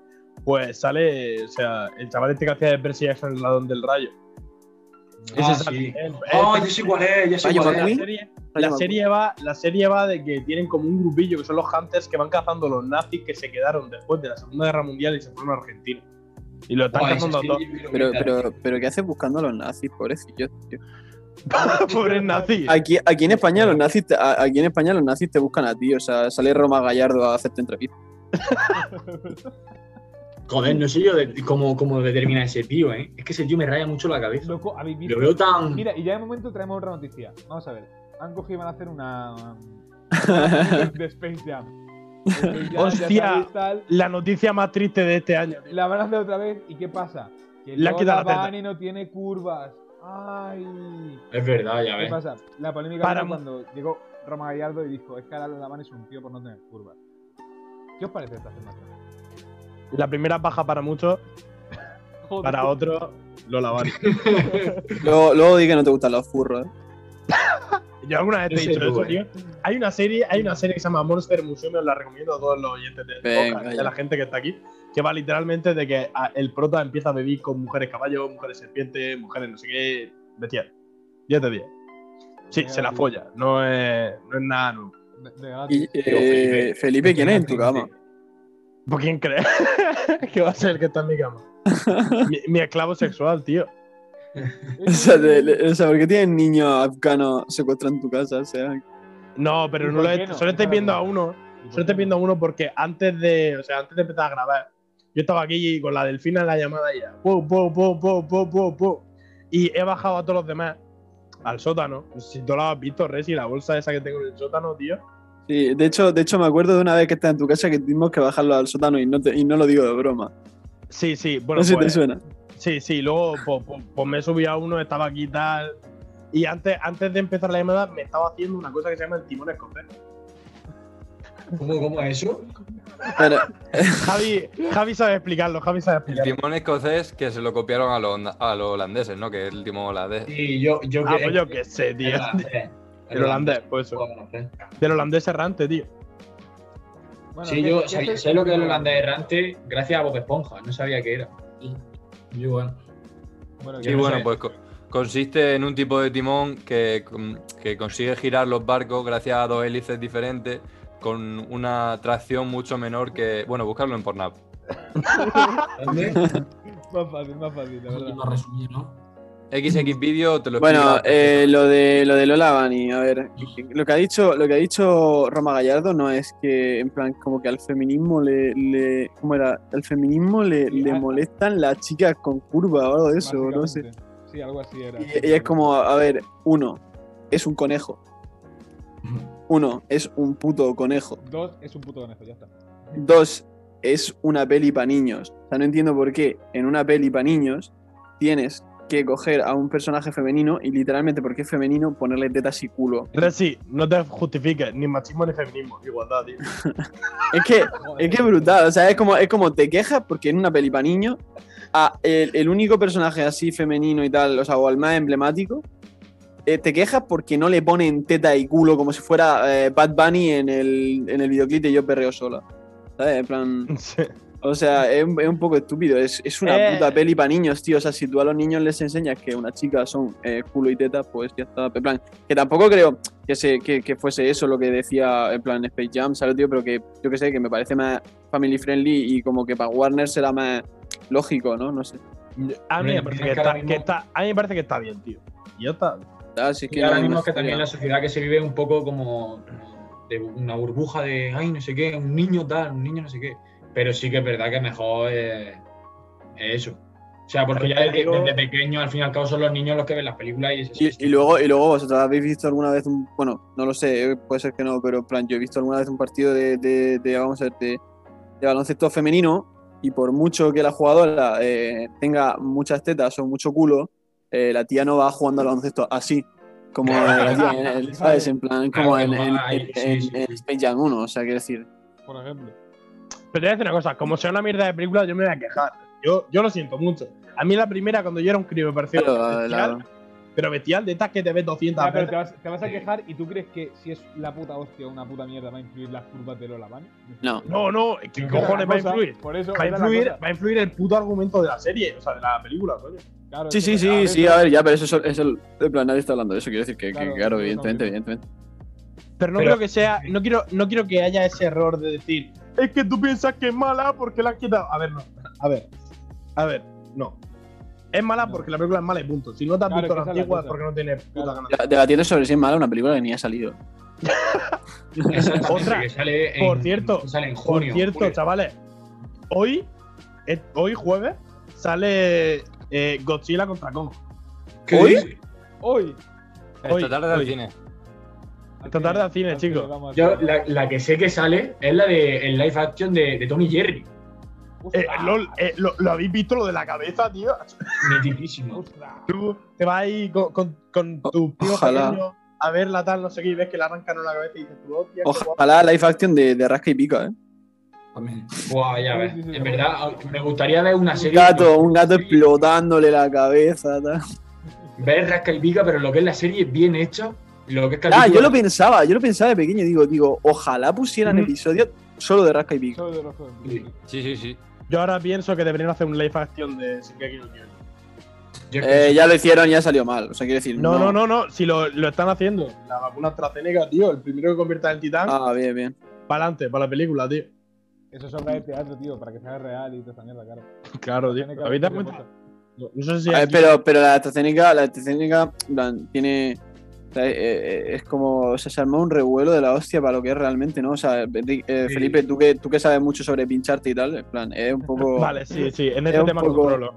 Speaker 5: Pues sale, o sea, el chaval este que hacía de Percy Jackson, el ladrón del rayo.
Speaker 4: Ah,
Speaker 5: sale.
Speaker 4: sí.
Speaker 5: El-
Speaker 4: Oh,
Speaker 5: el-
Speaker 4: yo eh. sé cuál es, ya sé
Speaker 7: Rayo
Speaker 4: cuál
Speaker 5: la
Speaker 4: es.
Speaker 7: McQueen.
Speaker 5: serie,
Speaker 7: Rayo
Speaker 5: la,
Speaker 7: McQueen.
Speaker 5: serie va, la serie va de que tienen como un grupillo que son los Hunters que van cazando los nazis que se quedaron después de la Segunda Guerra Mundial y se fueron a Argentina. Y lo están
Speaker 4: Buah, ese
Speaker 5: cazando a
Speaker 4: sí,
Speaker 5: todos.
Speaker 4: yo creo que
Speaker 7: Pero,
Speaker 4: ya-
Speaker 7: pero, pero, ¿qué haces buscando a los nazis, pobrecillos, tío?
Speaker 5: Pobres nazis.
Speaker 7: Aquí, aquí en España los nazis te, a- aquí en España los nazis te buscan a ti, o sea, sale Roma Gallardo a hacerte entrevista.
Speaker 4: Joder, no sé yo de- cómo, cómo determina ese tío, ¿eh? Es que ese tío me raya mucho la cabeza.
Speaker 1: Loco, habéis visto.
Speaker 4: Lo veo tan.
Speaker 1: Mira, y ya de momento traemos otra noticia. Vamos a ver. Han cogido y van a hacer una. una de Space Jam. Space Jam, ya
Speaker 5: Hostia.
Speaker 1: sabéis, tal.
Speaker 5: La noticia más triste de este año.
Speaker 1: La van a hacer otra vez. ¿Y qué pasa? Que
Speaker 5: Le han quitado
Speaker 1: Lola
Speaker 5: la teta.
Speaker 1: Bunny no tiene curvas. ¡Ay!
Speaker 4: Es verdad, ya
Speaker 1: ¿Qué
Speaker 4: ves.
Speaker 1: pasa? La polémica
Speaker 5: Para
Speaker 1: vino
Speaker 5: mu-
Speaker 1: cuando llegó Roma Gallardo y dijo: Es que ahora Lola Bunny es un tío por no tener curvas. ¿Qué os parece esta afirmación?
Speaker 5: La primera baja para muchos,
Speaker 1: Joder.
Speaker 5: para otros, lo lavaré.
Speaker 7: Luego, luego di que no te gustan los furros. ¿eh?
Speaker 5: Yo alguna vez te he
Speaker 4: Ese
Speaker 5: dicho
Speaker 4: tú,
Speaker 5: eso, tío. Hay una serie, hay una serie que se llama Monster Museum, os la recomiendo a todos los oyentes del
Speaker 7: Venga,
Speaker 5: podcast,
Speaker 7: ya.
Speaker 5: a la gente que está aquí, que va literalmente de que ah, el prota empieza a vivir con mujeres caballos, mujeres serpientes, mujeres no sé qué, de 10. 10 de 10. Sí, se la folla, no es, no es nada nuevo.
Speaker 1: De- de gato.
Speaker 7: Y, eh, Felipe, ¿quién es en tu cama?
Speaker 5: ¿Por quién crees que va a ser el que está en mi cama? mi, mi esclavo sexual, tío.
Speaker 7: O sea, de- de- o sea, ¿por qué tienen niños afganos secuestrados en tu casa? O sea,
Speaker 5: No,
Speaker 1: ¿Y
Speaker 5: pero no
Speaker 1: por
Speaker 5: lo
Speaker 1: qué
Speaker 5: he,
Speaker 1: no?
Speaker 5: solo
Speaker 1: Esa
Speaker 5: estáis
Speaker 1: es la
Speaker 5: viendo a
Speaker 1: pregunta.
Speaker 5: uno.
Speaker 1: ¿Y por
Speaker 5: Solo estoy
Speaker 1: qué
Speaker 5: viendo uno porque antes de, o sea, antes de empezar a grabar, yo estaba aquí con la delfina en la llamada y ya, po, po, po, po, po, po, po. Y he bajado a todos los demás al sótano. No sé Si tú lo has visto, Resi, la bolsa esa que tengo en el sótano, tío.
Speaker 7: sí, de hecho, de hecho me acuerdo de una vez que estaba en tu casa que tuvimos que bajarlo al sótano y no, te- y no lo digo de broma.
Speaker 5: Sí, sí, bueno,
Speaker 7: No sé si te
Speaker 5: pues,
Speaker 7: suena.
Speaker 5: sí, sí, luego pues, pues- pues me he subido a uno, estaba aquí y tal. Y antes, antes de empezar la llamada me estaba haciendo una cosa que se llama el timón escocés.
Speaker 4: ¿Cómo, cómo es eso?
Speaker 7: Pero,
Speaker 5: Javi, Javi sabe explicarlo, Javi sabe
Speaker 6: El
Speaker 5: explicarlo.
Speaker 6: timón escocés que se lo copiaron a los, onda- a los holandeses, ¿no? Que es el timón holandés.
Speaker 4: Sí, yo, yo
Speaker 5: Ah, pues yo qué sé, tío. El holandés, pues eso. Del holandés errante, tío.
Speaker 1: Bueno,
Speaker 4: sí,
Speaker 1: ¿qué-
Speaker 4: yo
Speaker 1: qué
Speaker 4: sabía,
Speaker 1: haces?
Speaker 4: sé lo que es el holandés errante gracias a Bob Esponja, no sabía qué era. Yo igual.
Speaker 1: Bueno,
Speaker 6: Sí,
Speaker 1: yo no
Speaker 6: bueno,
Speaker 1: sé.
Speaker 6: pues co- consiste en un tipo de timón que, con- que consigue girar los barcos gracias a dos hélices diferentes con una tracción mucho menor que. Bueno, buscarlo en Pornhub.
Speaker 4: ¿Dónde?
Speaker 1: Más fácil, más fácil, la verdad.
Speaker 2: Lo resumí, ¿no?
Speaker 6: XX vídeo te lo
Speaker 7: Mm. bueno,
Speaker 6: explica-
Speaker 7: eh, lo, de, lo de Lola Bunny, a ver, lo que ha dicho, lo que ha dicho Roma Gallardo no es que, en plan, como que al feminismo le, le ¿cómo era? Al feminismo le, le molestan las chicas con curva o algo de eso, no sé.
Speaker 1: Básicamente. Sí, algo así era.
Speaker 7: Y, y es como, a ver, uno, es un conejo. Uno, es un puto conejo.
Speaker 1: Dos es un puto conejo, ya está.
Speaker 7: Dos, es una peli para niños. O sea, no entiendo por qué en una peli para niños tienes que coger a un personaje femenino y literalmente porque es femenino ponerle tetas y culo.
Speaker 5: Resi, no te justifiques, ni machismo ni feminismo, igualdad, tío.
Speaker 7: Es que,
Speaker 1: Joder.
Speaker 7: es que es brutal, o sea, es como, es como te quejas porque en una peli para niños a- el, el único personaje así femenino y tal, o sea, o el más emblemático, eh, te quejas porque no le ponen teta y culo como si fuera eh, Bad Bunny en el, en el videoclip de Yo Perreo Sola. ¿Sabes? En plan,
Speaker 5: Sí.
Speaker 7: o sea, es, un- es un poco estúpido, es, es una
Speaker 5: Eh.
Speaker 7: puta peli para niños, tío, o sea, si tú a los niños les enseñas que una chica son eh, culo y teta, pues ya está, en plan, que tampoco creo que, se, que, que fuese eso lo que decía en plan Space Jam, ¿sabes, tío? Pero que yo que sé, que me parece más family friendly y como que para Warner será más lógico, ¿no? No sé.
Speaker 5: A
Speaker 4: Hombre,
Speaker 5: mí, me parece
Speaker 4: es
Speaker 5: que
Speaker 4: que ahora
Speaker 5: está,
Speaker 4: mismo-
Speaker 5: que está- a mí me parece que está bien, tío. Y ya está.
Speaker 7: Ah, sí, es que
Speaker 4: Y ahora
Speaker 7: no hay
Speaker 4: mismo
Speaker 7: más
Speaker 4: es que también la
Speaker 7: historia.
Speaker 4: sociedad que se vive un poco como de una burbuja de, ay, no sé qué, un niño tal, un niño no sé qué. Pero sí que es verdad que mejor eh, es eso. O sea, porque ya desde, desde pequeño, al fin y al cabo, son los niños los que ven las películas y es así.
Speaker 7: Y, y luego, y luego vosotros habéis visto alguna vez un. Bueno, no lo sé, eh, puede ser que no, pero en plan, yo he visto alguna vez un partido de, de- de, vamos a ver, de, de baloncesto femenino y por mucho que la jugadora eh, tenga muchas tetas o mucho culo, eh, la tía no va jugando al baloncesto así. Como la tía en el- ¿sabes? En plan, como en, en, en- en- en Space Jam 1, o sea, quiero decir.
Speaker 1: por ejemplo.
Speaker 5: Pero te voy a decir una cosa, como sea una mierda de película, yo me voy a quejar. Yo, yo lo siento mucho. A mí la primera, cuando yo era un crío, me pareció
Speaker 7: Claro,
Speaker 5: bestial,
Speaker 7: eh, la-
Speaker 5: pero bestial de estas que te ves 200
Speaker 1: Ya, pero te
Speaker 5: veces.
Speaker 1: vas, te vas a
Speaker 4: Sí.
Speaker 1: quejar y tú crees que si es la puta hostia una puta mierda va a influir las curvas de Lola Van.
Speaker 7: No.
Speaker 5: No, no, ¿qué
Speaker 4: Yo creo
Speaker 5: cojones va a influir?
Speaker 1: Por eso
Speaker 5: Va a
Speaker 1: era la
Speaker 5: influir,
Speaker 1: cosa.
Speaker 5: va a influir el puto argumento de la serie, o sea, de la película, coño.
Speaker 1: Claro,
Speaker 7: Sí,
Speaker 1: es
Speaker 7: sí,
Speaker 1: que
Speaker 7: sí, sí,
Speaker 1: veces-
Speaker 7: a ver, ya, pero eso es el, es el- en plan, nadie está hablando de eso, quiero decir que, que,
Speaker 1: Claro,
Speaker 7: claro,
Speaker 1: sí,
Speaker 7: evidentemente,
Speaker 1: también.
Speaker 7: evidentemente.
Speaker 5: Pero no
Speaker 4: Pero-
Speaker 5: creo que sea, no quiero, no quiero que haya ese error de decir, es que tú piensas que es mala porque la han quitado. A ver, no, a ver, a ver, no. Es mala
Speaker 1: No.
Speaker 5: porque la película es mala y punto. Si no te has
Speaker 1: Claro,
Speaker 5: visto
Speaker 1: que
Speaker 5: la
Speaker 1: esa es la
Speaker 5: antigua es
Speaker 1: cosa.
Speaker 5: porque no tienes puta
Speaker 1: Claro.
Speaker 5: ganas.
Speaker 7: Ya, Debatiendo sobre si es mala una película que ni ha salido.
Speaker 4: Exactamente,
Speaker 5: Otra,
Speaker 4: que sale en-
Speaker 5: por cierto,
Speaker 4: sale en
Speaker 5: Por
Speaker 4: junio.
Speaker 5: cierto,
Speaker 4: julio.
Speaker 5: chavales, hoy, eh, hoy jueves, sale eh, Godzilla contra Kong.
Speaker 4: ¿Qué
Speaker 7: ¿Hoy?
Speaker 4: dices?
Speaker 1: Hoy.
Speaker 5: Hoy,
Speaker 6: Esta tarde al
Speaker 5: hoy.
Speaker 6: cine.
Speaker 5: Esta tarde al cine,
Speaker 1: Al cine,
Speaker 5: chicos.
Speaker 1: vamos al
Speaker 4: Yo,
Speaker 1: cine.
Speaker 4: la, la que sé que sale es la de el live action de, de Tommy Jerry.
Speaker 5: Eh,
Speaker 1: Ostras,
Speaker 5: lol, eh, lo, lo habéis visto lo de la cabeza, tío?
Speaker 4: Nitidísimo.
Speaker 1: ostras.
Speaker 5: Tú te vas ahí con, con, con tu primo
Speaker 7: ojalá.
Speaker 5: pequeño a verla tal, no sé qué, y ves que le arrancan una cabeza y dices tú, hostia, qué guapo.
Speaker 7: Ojalá la live action de, de Rasca y Pica, ¿eh?
Speaker 2: También.
Speaker 4: Buah, ya ves.
Speaker 1: Sí, sí, sí.
Speaker 4: En verdad, me gustaría ver una
Speaker 7: Un
Speaker 4: serie.
Speaker 5: pues.
Speaker 7: gato, un gato explotándole la cabeza. tal.
Speaker 4: Ver Rasca y Pica, pero lo que es la serie bien hecha. Lo que es
Speaker 7: Ah,
Speaker 4: capítulo-
Speaker 7: yo lo pensaba, yo lo pensaba de pequeño, digo, digo, ojalá pusieran
Speaker 5: Ujú.
Speaker 7: episodios solo de Rasca y Pica.
Speaker 1: Solo de los juegos.
Speaker 4: Sí.
Speaker 6: Sí, sí, sí.
Speaker 5: Yo ahora pienso que deberían hacer un live action de Shingeki no Kyojin.
Speaker 4: yo es que
Speaker 7: Eh, ya lo hicieron y ya salió mal, o sea, quiero decir.
Speaker 5: No, no, no, no, si lo, lo están haciendo. La vacuna AstraZeneca, tío, el primero que convierta en titán,
Speaker 7: Ah, bien, bien.
Speaker 5: para adelante, para la película, tío.
Speaker 1: Eso es obra de teatro, tío, para que sea real y toda esa mierda, claro.
Speaker 5: Claro, tío.
Speaker 1: Tiene que
Speaker 5: ¿Habéis dado
Speaker 1: haber
Speaker 5: cuenta?
Speaker 1: cosas.
Speaker 5: No, no sé si
Speaker 7: A ver,
Speaker 5: aquí-
Speaker 7: pero, pero la AstraZeneca, la AstraZeneca, en plan, tiene. o sea, eh, eh, Es como. o sea, se armó un revuelo de la hostia para lo que es realmente, ¿no? O sea, Enrique- eh,
Speaker 4: Sí.
Speaker 7: Felipe, tú que, tú que sabes mucho sobre pincharte y tal, en plan, es un poco.
Speaker 5: Vale, sí, sí, en
Speaker 7: Es
Speaker 5: este
Speaker 7: un
Speaker 5: tema
Speaker 7: poco-
Speaker 5: controlo.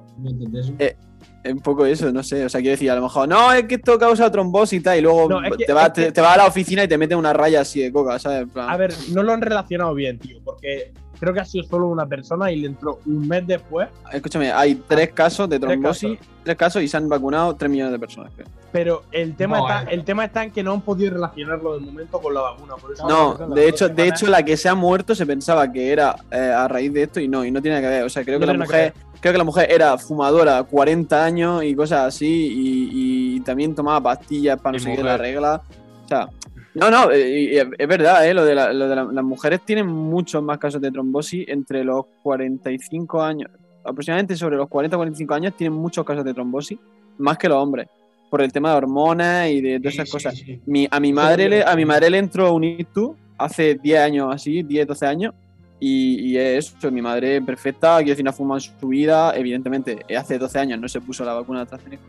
Speaker 7: Es un poco eso, no sé. O sea, quiero decir, a lo mejor, no, es que esto causa trombosis y tal, y luego
Speaker 5: No, es que-
Speaker 7: te, vas,
Speaker 5: es que-
Speaker 7: te, te vas a la oficina y te meten una raya así de coca, ¿sabes? En plan,
Speaker 5: A ver, no lo han relacionado bien, tío, porque creo que ha sido solo una persona y le entró un mes después,
Speaker 7: escúchame, hay tres casos de
Speaker 5: Ah, Tres
Speaker 7: trombosis, tres casos, y se han vacunado tres millones de personas. creo.
Speaker 5: pero el tema,
Speaker 4: No,
Speaker 5: está,
Speaker 4: eh.
Speaker 5: el tema está en que no han podido relacionarlo de momento con la vacuna. Por eso
Speaker 1: No, esas
Speaker 7: No,
Speaker 1: son las
Speaker 7: de hecho,
Speaker 5: dos
Speaker 7: de
Speaker 5: semanas.
Speaker 7: hecho, la que se ha muerto se pensaba que era eh, a raíz de esto y no, y no tiene nada que ver. O sea, creo
Speaker 5: No
Speaker 7: que la
Speaker 5: tiene
Speaker 7: mujer,
Speaker 5: nada
Speaker 7: creo que la mujer era fumadora 40 años y cosas así, y, y también tomaba pastillas para no
Speaker 6: Y
Speaker 7: seguir
Speaker 6: mujer.
Speaker 7: la regla. O sea, no, no, eh, y- y es es verdad, eh, lo de, la- lo de la- las mujeres tienen muchos más casos de trombosis entre los 45 años, aproximadamente sobre los 40-45 años tienen muchos casos de trombosis, más que los hombres, por el tema de hormonas y de todas
Speaker 4: sí,
Speaker 7: esas
Speaker 4: sí,
Speaker 7: cosas.
Speaker 4: sí.
Speaker 7: Mi- a, mi madre le, a mi madre le entró un ictus hace 10 años, así, 10, 12 años. Y, y es eso, mi madre perfecta, quiero decir, no ha fumado en su vida. Evidentemente, eh, hace 12 años no se puso la vacuna de AstraZeneca.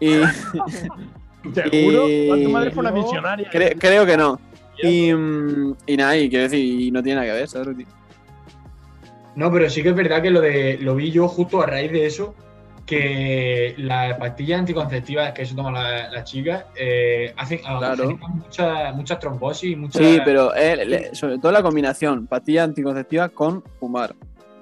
Speaker 7: Y
Speaker 5: Seguro,
Speaker 7: Eh,
Speaker 5: tu madre fue una
Speaker 1: no,
Speaker 5: visionaria.
Speaker 7: cre- creo que no. Y, mm, y nada, y quiero decir, y no tiene nada que ver, ¿sabes? Ruti?
Speaker 4: No, pero sí que es verdad que lo de lo vi yo justo a raíz de eso, que las pastillas anticonceptivas que eso toman la- las chicas eh, hacen
Speaker 7: Claro.
Speaker 4: generan muchas muchas trombosis y muchas.
Speaker 7: Sí, pero eh, le- sobre todo la combinación, pastilla anticonceptiva con fumar.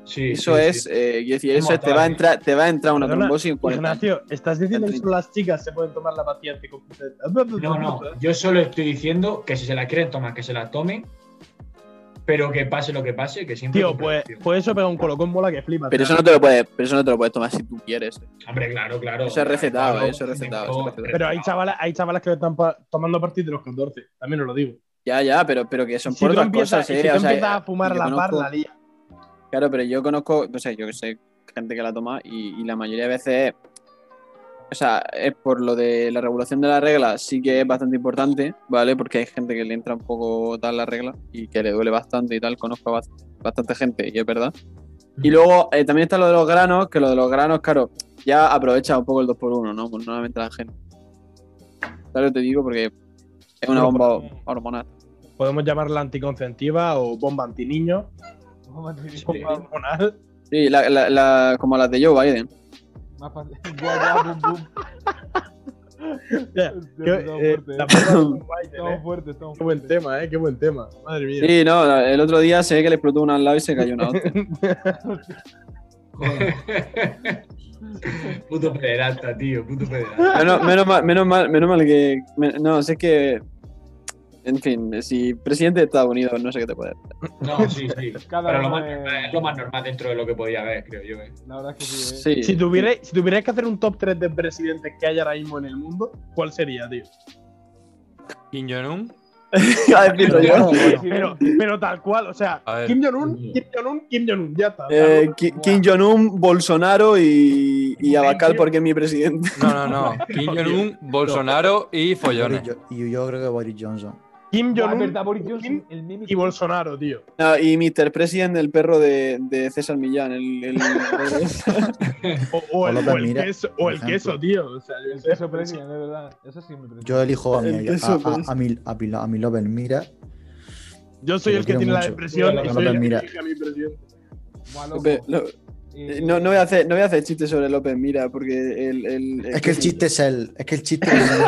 Speaker 4: Sí,
Speaker 7: Eso
Speaker 4: sí, sí.
Speaker 7: es, eh, quiero decir,
Speaker 4: Es
Speaker 7: eso te
Speaker 4: mortal.
Speaker 7: va, a entrar, te va a entrar una
Speaker 5: Perdona,
Speaker 7: trombosis en 40 años.
Speaker 5: Ignacio, ¿estás diciendo que
Speaker 7: Treinta.
Speaker 5: solo las chicas se pueden tomar la pastilla anticonceptiva?
Speaker 4: No, no,
Speaker 7: ¿eh?
Speaker 4: yo solo estoy diciendo que si se la quieren tomar, que se la tomen, pero que pase lo que pase, que siempre.
Speaker 5: Tío,
Speaker 4: con
Speaker 5: pues,
Speaker 4: precaución.
Speaker 5: pues eso pega un colocón bola que flipa.
Speaker 7: Pero eso no te lo puedes, pero eso no te lo puedes tomar si tú quieres.
Speaker 4: Hombre, claro, claro.
Speaker 7: Eso es recetado,
Speaker 4: Claro,
Speaker 7: eh, eso es recetado, eso es recetado.
Speaker 5: Pero hay chavalas, hay chavalas que lo están pa- tomando a partir de los 14, también os lo digo.
Speaker 7: Ya, ya, pero, pero que son
Speaker 5: si
Speaker 7: por
Speaker 5: tú
Speaker 7: otras
Speaker 5: empiezas,
Speaker 7: cosas,
Speaker 5: y
Speaker 7: eh,
Speaker 5: si tú
Speaker 7: o sea,
Speaker 5: empiezas a fumar
Speaker 7: yo
Speaker 5: la
Speaker 7: conozco-
Speaker 5: parla, lía.
Speaker 7: Claro, pero yo conozco, no sé, yo que sé, gente que la toma y, y la mayoría de veces, o sea, es por lo de la regulación de la regla, sí que es bastante importante, ¿vale? Porque hay gente que le entra un poco tal la regla y que le duele bastante y tal, conozco a bast- bastante gente y es verdad. Y luego eh, también está lo de los granos, que lo de los granos, claro, ya aprovecha un poco el 2x1, ¿no? Pues nuevamente la gente. Claro, te digo porque es una
Speaker 5: Bueno,
Speaker 7: bomba
Speaker 5: porque-
Speaker 7: hormonal.
Speaker 5: Podemos llamarla anticonceptiva o bomba antiniño, bomba hormonal.
Speaker 7: Sí, la- la- la- como las de Joe Biden.
Speaker 1: Más fácil. Guau, guau, bum, bum.
Speaker 5: Ya,
Speaker 1: Hostia,
Speaker 5: que,
Speaker 1: estamos
Speaker 5: eh,
Speaker 1: fuertes,
Speaker 5: la
Speaker 1: eh.
Speaker 5: bomba de Biden, eh.
Speaker 1: Estamos fuertes, estamos
Speaker 5: Qué buen
Speaker 1: fuertes.
Speaker 5: tema, eh, qué buen tema. Madre mía.
Speaker 7: Sí, no, la- el otro día se ve que le explotó una al lado y se cayó una otra.
Speaker 4: puto pederasta, tío, puto pederasta.
Speaker 7: Menos, menos mal, menos mal, menos mal que. me- no, si es que. En fin, si presidente de Estados Unidos, no sé qué te puede.
Speaker 4: No, sí, sí.
Speaker 1: Cada
Speaker 4: Pero lo
Speaker 1: uno
Speaker 4: más,
Speaker 1: es-
Speaker 4: normal- es lo más normal dentro de lo que podía haber, creo yo. eh.
Speaker 1: La verdad es que sí. eh.
Speaker 7: Sí.
Speaker 5: Si tuvierais, si tuvierais que hacer un top 3 de presidentes que hay ahora mismo en el mundo, ¿cuál sería, tío?
Speaker 6: Kim Jong-un,
Speaker 7: Iba a decirlo yo.
Speaker 1: Bueno, bueno,
Speaker 5: Pero, pero tal cual, o sea,
Speaker 6: A ver.
Speaker 5: Kim Jong-un, Kim Jong-un, Kim Jong-un, ya está.
Speaker 7: Eh, Ki- Kim Jong-un, Bolsonaro y, y Abascal porque es mi presidente.
Speaker 6: no, no, no. Kim Jong-un, Bolsonaro y follones.
Speaker 3: Boris Jo- Y yo creo que Boris Johnson.
Speaker 5: Kim
Speaker 1: Buah, es verdad, Boris
Speaker 5: Jong-un
Speaker 1: Johnson,
Speaker 5: Kim
Speaker 1: el meme
Speaker 5: y Bolsonaro, tío.
Speaker 7: Ah, y Mr. President, el perro de, de César Millán. El, el-
Speaker 5: O, o el,
Speaker 3: Coloca
Speaker 5: o el
Speaker 3: mira,
Speaker 5: queso, o
Speaker 3: por
Speaker 5: el
Speaker 3: ejemplo.
Speaker 5: queso, tío. O sea, yo
Speaker 1: el
Speaker 5: qué sé,
Speaker 1: queso premia, de verdad. Eso sí me parece.
Speaker 3: Yo elijo a mi, a,
Speaker 7: Eso,
Speaker 3: a,
Speaker 7: pues.
Speaker 3: a mi, a mi, a mi López Mira.
Speaker 5: Yo soy
Speaker 3: Yo
Speaker 5: el que
Speaker 3: quiero
Speaker 5: tiene la
Speaker 3: mucho.
Speaker 5: depresión y
Speaker 1: Yo
Speaker 5: soy
Speaker 3: también,
Speaker 5: el que
Speaker 3: mira.
Speaker 5: elige a mi presidente.
Speaker 1: Buah, loco.
Speaker 7: López- Ló-
Speaker 1: Eh,
Speaker 7: no, no voy a hacer, no voy a hacer chistes sobre López Mira porque el. el-
Speaker 3: Es que el chiste es él. Es que el chiste es él.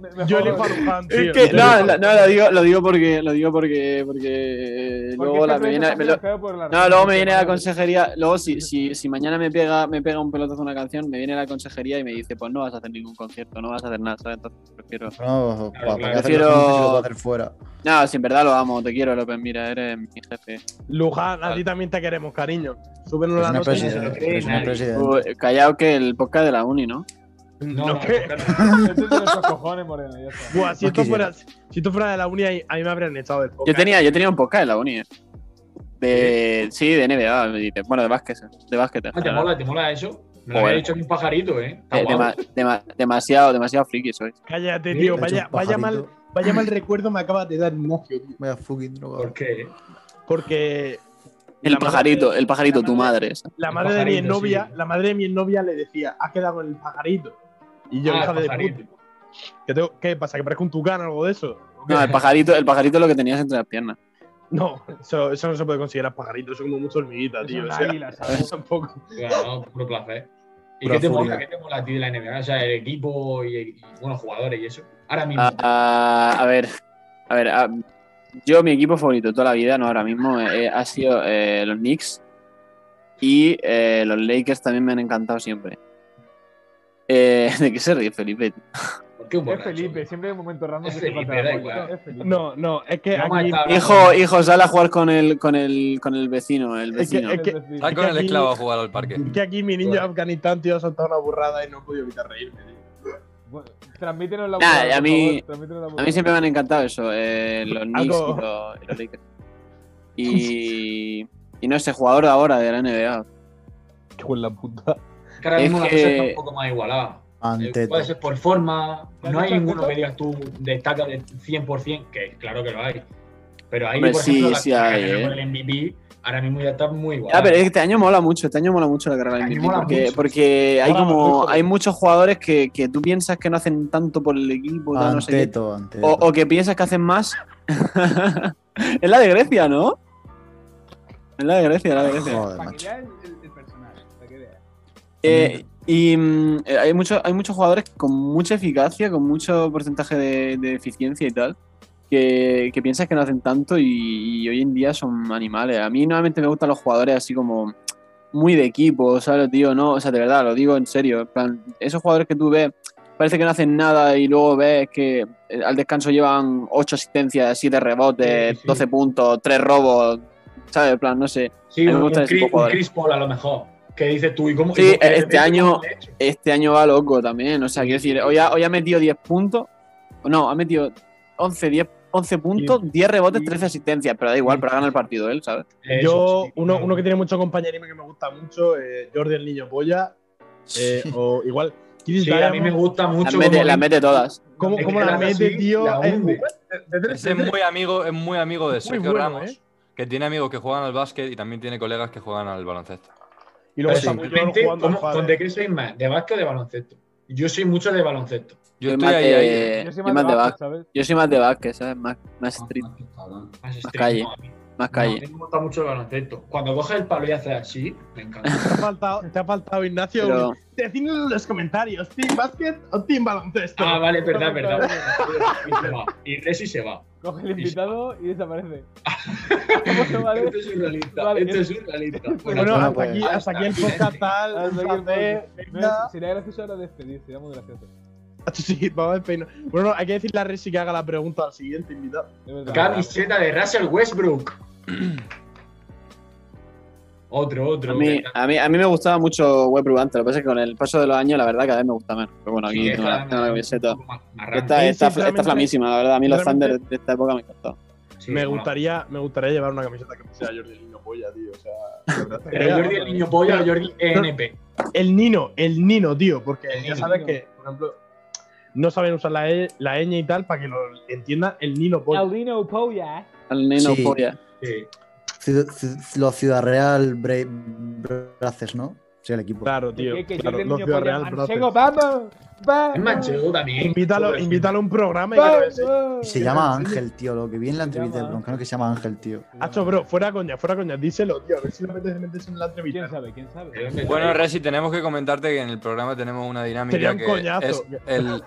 Speaker 1: me- me
Speaker 5: Yo
Speaker 1: jodo,
Speaker 5: elijo a
Speaker 1: eh.
Speaker 5: Luján, tío.
Speaker 7: Es que,
Speaker 5: Yo
Speaker 7: no,
Speaker 5: elijo a
Speaker 7: no, no, lo digo, lo digo porque, lo digo porque, porque eh,
Speaker 1: Porque
Speaker 7: luego
Speaker 1: esta
Speaker 7: la,
Speaker 1: empresa
Speaker 7: me viene,
Speaker 1: está
Speaker 7: me lo-
Speaker 1: financiada por la
Speaker 7: No, luego me viene la
Speaker 1: República
Speaker 7: consejería. Luego, si, si, si mañana me pega, me pega un pelotazo una canción, me viene la consejería y me dice: Pues no vas a hacer ningún concierto, no vas a hacer nada, ¿sabes? Entonces prefiero.
Speaker 3: No,
Speaker 4: Claro,
Speaker 3: para
Speaker 4: claro.
Speaker 3: hacer la gente se lo puede hacer fuera.
Speaker 7: No, si en verdad lo amo, te quiero, López, mira, eres mi jefe.
Speaker 5: Luján, a ti también te queremos, cariño. Súbenos
Speaker 3: Es
Speaker 5: la
Speaker 3: una
Speaker 5: nota. y
Speaker 4: presi-
Speaker 5: se lo
Speaker 3: presidenta.
Speaker 4: cree
Speaker 3: Es una
Speaker 4: nadie.
Speaker 3: presidenta.
Speaker 7: Tú, eh, callao que el podcast de la uni, ¿no?
Speaker 5: No,
Speaker 4: No, Ah, no,
Speaker 5: que-
Speaker 4: claro.
Speaker 1: República. Este es de nuestros cojones, Moreno, ya está.
Speaker 5: Buah, si,
Speaker 3: No
Speaker 5: esto
Speaker 3: quisiera.
Speaker 5: fuera, si esto fuera de la uni, ahí- a mí me habrían echado del
Speaker 7: Yo
Speaker 5: podcast.
Speaker 7: tenía, yo tenía un podcast de la uni. eh. De, sí, de NBA, me dice. Bueno, de básquet. De básquet. en
Speaker 4: Ah, ¿Te
Speaker 7: general.
Speaker 4: mola, te mola eso? Me lo
Speaker 7: Joder.
Speaker 4: había dicho un pajarito, ¿eh? Está
Speaker 7: De-
Speaker 4: guapo.
Speaker 7: dema- dema- demasiado, demasiado friki soy.
Speaker 5: Cállate,
Speaker 4: Sí,
Speaker 5: tío.
Speaker 3: Le ha hecho
Speaker 5: Vaya,
Speaker 3: un
Speaker 5: vaya, mal,
Speaker 3: pajarito.
Speaker 5: vaya mal recuerdo me acabas de dar, Ignacio, tío.
Speaker 3: Vaya fucking drogado.
Speaker 4: ¿Por qué? eh?
Speaker 5: Porque.
Speaker 7: El
Speaker 5: la madre-
Speaker 7: pajarito, el pajarito, tu madre. esa.
Speaker 5: La
Speaker 4: El
Speaker 5: madre de mi
Speaker 4: pajarito,
Speaker 5: novia,
Speaker 4: sí.
Speaker 5: la madre de mi novia le decía, has quedado con el pajarito. Y yo,
Speaker 4: Ah,
Speaker 5: hija de
Speaker 4: pajarito.
Speaker 5: puta. ¿Qué, tengo- qué pasa? ¿Que parezco un tucán o algo de eso?
Speaker 7: No, el pajarito, el pajarito es lo que tenías entre las piernas.
Speaker 5: No, eso, eso no se puede considerar pajarito, eso es como mucho hormiguita,
Speaker 1: Es
Speaker 5: Ah, tío.
Speaker 1: un
Speaker 5: o sea,
Speaker 1: águila, ¿sabes?
Speaker 5: tampoco.
Speaker 4: Claro, no, puro placer. ¿Y
Speaker 3: Pura
Speaker 4: qué te,
Speaker 3: furia.
Speaker 4: mola, qué te mola a ti de la NBA? O sea, el equipo y, y buenos jugadores y eso. Ahora mismo.
Speaker 7: Ah, ah, a ver, a ver, ah, yo mi equipo favorito toda la vida, no ahora mismo, eh, eh, ha sido eh, los Knicks y eh, los Lakers también me han encantado siempre. Eh, ¿De qué se ríe Felipe?
Speaker 4: ¿Por qué un
Speaker 1: Es
Speaker 4: borracho?
Speaker 1: Felipe, siempre hay un momento random
Speaker 4: Es
Speaker 1: que se
Speaker 4: Felipe,
Speaker 1: pasa la
Speaker 4: da
Speaker 1: polla.
Speaker 4: igual.
Speaker 1: Es Felipe.
Speaker 5: No, no, es que
Speaker 4: Vamos a
Speaker 5: aquí.
Speaker 4: estar hablando-
Speaker 7: Hijo, hijo, sal a jugar con el, con el, con el vecino, el
Speaker 5: Es que-
Speaker 7: vecino.
Speaker 5: es que-
Speaker 1: Felipe.
Speaker 6: Sal con el
Speaker 5: aquí-
Speaker 6: esclavo a jugar al parque.
Speaker 5: que aquí mi niño de Afganistán, tío, ha soltado una burrada y no he podido evitar reírme, tío.
Speaker 1: Bueno, Transmítenos la
Speaker 7: Nah,
Speaker 1: burrada,
Speaker 7: a
Speaker 1: por
Speaker 7: mí-
Speaker 1: favor, transmítenos la
Speaker 7: A
Speaker 1: burrada.
Speaker 7: mí siempre me han encantado eso, eh, los Knicks y
Speaker 5: Algo-
Speaker 7: los, y los Lakers. Y, y no sé, jugador de ahora de la NBA.
Speaker 1: Hijo de la puta.
Speaker 4: Que ahora mismo
Speaker 7: Es
Speaker 4: la cosa está
Speaker 7: que-
Speaker 4: un poco más igualada. Eh,
Speaker 3: Ante
Speaker 4: Puede
Speaker 3: todo.
Speaker 4: ser por forma.
Speaker 1: ¿La
Speaker 4: No hay
Speaker 1: neta,
Speaker 4: ninguno
Speaker 1: neta?
Speaker 4: que digas tú destaca del 100%, que claro que lo hay. Pero ahí,
Speaker 7: Hombre,
Speaker 4: por
Speaker 7: sí,
Speaker 4: ejemplo, la-
Speaker 7: sí
Speaker 4: la
Speaker 7: hay,
Speaker 4: carrera
Speaker 7: eh.
Speaker 4: por el MVP ahora mismo ya está muy igual.
Speaker 7: Ya, pero este año mola mucho, este año mola mucho la carrera
Speaker 4: Este
Speaker 7: del
Speaker 4: año
Speaker 7: MVP,
Speaker 4: mola
Speaker 7: porque,
Speaker 4: mucho.
Speaker 7: porque hay
Speaker 5: Mola
Speaker 7: como
Speaker 5: mucho.
Speaker 7: hay muchos jugadores que, que tú piensas que no hacen tanto por el equipo, tal, no sé
Speaker 3: Ante
Speaker 7: qué,
Speaker 3: todo, ante
Speaker 7: o,
Speaker 3: todo.
Speaker 7: o que piensas que hacen más. es la de Grecia, ¿no? Es la de Grecia, la de Grecia.
Speaker 3: Joder,
Speaker 1: Para que
Speaker 3: macho.
Speaker 1: veas el, el personaje, para que veas.
Speaker 7: Eh, y mm, eh, hay, mucho, hay muchos jugadores con mucha eficacia, con mucho porcentaje de, de eficiencia y tal, que, que piensas que no hacen tanto y, y hoy en día son animales. A mí normalmente me gustan los jugadores así como muy de equipo, ¿sabes, tío? No, o sea, de verdad, lo digo en serio. en plan, esos jugadores que tú ves, parece que no hacen nada y luego ves que eh, al descanso llevan 8 asistencias, 7 rebotes,
Speaker 4: Sí, sí.
Speaker 7: 12 puntos, 3 robos, ¿sabes? En plan, no sé.
Speaker 4: Sí,
Speaker 7: me
Speaker 4: un, un
Speaker 7: gusta ese
Speaker 4: Chris,
Speaker 7: tipo de
Speaker 4: un
Speaker 7: jugadores.
Speaker 4: Chris Paul a lo mejor. Que dices tú y cómo.
Speaker 7: Sí,
Speaker 4: y cómo-
Speaker 7: este
Speaker 4: cómo
Speaker 7: año-
Speaker 4: lo he hecho.
Speaker 7: este año va loco también. O sea, quiero decir, hoy ha, hoy ha metido 10 puntos. No, ha metido 11, 10, 11 puntos, 10 rebotes, 13 asistencias. Pero da igual, pero gana el partido él, ¿sabes?
Speaker 4: Eso,
Speaker 5: Yo,
Speaker 4: sí.
Speaker 5: uno, uno que tiene mucho compañerismo y que me gusta mucho, eh, Jordi el niño polla, eh, o igual. Chris
Speaker 4: Sí, a mí
Speaker 5: Diamond.
Speaker 4: me gusta
Speaker 7: Las
Speaker 4: mucho. ¿eh?
Speaker 7: mete,
Speaker 4: cómo-
Speaker 7: las mete todas.
Speaker 5: ¿Cómo,
Speaker 4: Es
Speaker 5: cómo
Speaker 4: que
Speaker 5: la
Speaker 4: la
Speaker 5: mete,
Speaker 4: hace así,
Speaker 5: tío?
Speaker 4: la
Speaker 5: Eh,
Speaker 4: hunde.
Speaker 5: de tres,
Speaker 6: Ese
Speaker 5: de
Speaker 6: es
Speaker 5: tres.
Speaker 6: muy amigo, es muy amigo de
Speaker 5: Muy
Speaker 6: Sergio
Speaker 5: bueno,
Speaker 6: Ramos,
Speaker 5: ¿eh?
Speaker 6: que tiene amigos que juegan al básquet y también tiene colegas que juegan al baloncesto.
Speaker 5: Y luego
Speaker 4: Pero
Speaker 5: está Puyol
Speaker 4: simplemente,
Speaker 5: jugando al
Speaker 4: ¿cómo-
Speaker 5: pádel.
Speaker 4: ¿Dónde crees que sois más? ¿De básquet o de baloncesto? Yo soy mucho de baloncesto.
Speaker 6: Yo
Speaker 7: Soy
Speaker 6: estoy
Speaker 7: más
Speaker 6: ahí,
Speaker 7: de-
Speaker 6: ahí. eh.
Speaker 1: Yo soy
Speaker 7: soy más de básquet.
Speaker 1: ¿sabes?
Speaker 7: Yo soy más de básquet, ¿sabes? Más, más
Speaker 2: Ah,
Speaker 7: street,
Speaker 2: cabrón.
Speaker 4: Más, estricto,
Speaker 7: calle.
Speaker 4: a mí.
Speaker 7: más
Speaker 4: No, a
Speaker 7: calle.
Speaker 4: mí me gusta mucho el baloncesto. Cuando coges el palo y haces así, me encanta.
Speaker 5: Te ha faltado, te ha faltado Ignacio.
Speaker 7: Pero,
Speaker 5: Decidnos en los comentarios, ¿Team Basket o Team Baloncesto?
Speaker 4: ah, vale, verdad, verdad. Y se va. Y Resi se va.
Speaker 1: Coge el invitado y desaparece.
Speaker 4: Esto Este es un realista.
Speaker 1: Vale,
Speaker 4: esto es un realista. Bueno,
Speaker 5: Bueno,
Speaker 3: Bueno,
Speaker 5: hasta,
Speaker 3: pues,
Speaker 5: aquí, hasta aquí el
Speaker 4: hasta
Speaker 5: podcast
Speaker 4: aquí.
Speaker 5: tal. un placer, venga.
Speaker 1: Sería gracioso ahora despedir, sería muy gracioso.
Speaker 5: Sí, vamos a despedirnos. Bueno, hay que decirle a Resi que haga la pregunta al siguiente invitado.
Speaker 1: Es verdad.
Speaker 4: camiseta de Russell Westbrook. otro, otro.
Speaker 7: a, mí, a, mí, a mí me gustaba mucho Webrook antes. Lo que pasa es que con el paso de los años, la verdad, cada vez me gusta menos. Pero bueno, aquí
Speaker 4: Sí,
Speaker 7: tengo la,
Speaker 4: es
Speaker 7: tengo la
Speaker 4: un
Speaker 7: camiseta.
Speaker 4: poco más- más raro.
Speaker 7: Esta,
Speaker 5: Sí,
Speaker 7: esta,
Speaker 5: sí, realmente-
Speaker 7: esta flamísima, la verdad. A mí los
Speaker 5: realmente-
Speaker 7: Thunder de esta época me encantó.
Speaker 4: Sí,
Speaker 5: me,
Speaker 4: mola.
Speaker 5: gustaría, me gustaría llevar una camiseta que pusiera Jordi el Nino Polla, tío. O sea, la verdad.
Speaker 4: Pero Jordi el niño pollo o Jordi E ENP.
Speaker 5: El Nino, el Nino, tío. Porque
Speaker 4: El
Speaker 5: ya
Speaker 4: Nino.
Speaker 5: sabes que, por ejemplo, no saben usar la, e, la ñ y tal para que lo entienda el Nino Polla.
Speaker 1: Aldino Poya.
Speaker 7: Al Nino
Speaker 3: Sí.
Speaker 7: Polla.
Speaker 4: Sí.
Speaker 3: Ciud- ciud- los Ciudad Real Bra- Braces, ¿no? Sí, el equipo.
Speaker 5: Claro, tío.
Speaker 1: Que, que yo
Speaker 5: claro,
Speaker 1: del
Speaker 5: no
Speaker 1: niño
Speaker 5: Ciudad
Speaker 1: polla,
Speaker 5: Real,
Speaker 1: Manchego,
Speaker 5: Brazzers.
Speaker 1: vamos, vamos.
Speaker 4: Es manchego también.
Speaker 5: Invítalo,
Speaker 4: Joder,
Speaker 5: invítalo a un programa y que lo
Speaker 1: vamos.
Speaker 5: enseñe.
Speaker 3: Se
Speaker 5: Sí,
Speaker 3: llama
Speaker 5: sí.
Speaker 3: Ángel, tío. Lo que vi en la entrevista del Broncano que se llama Ángel, tío.
Speaker 5: Hacho, bro, fuera coña, fuera coña, díselo, tío, a ver si lo metes, metes en la entrevista.
Speaker 1: ¿Quién sabe? ¿Quién sabe?
Speaker 4: ¿De dónde
Speaker 6: Bueno, Resi, tenemos que comentarte que en el programa tenemos una
Speaker 5: Sería
Speaker 6: dinámica
Speaker 5: un
Speaker 6: que
Speaker 5: coñazo.
Speaker 6: es el,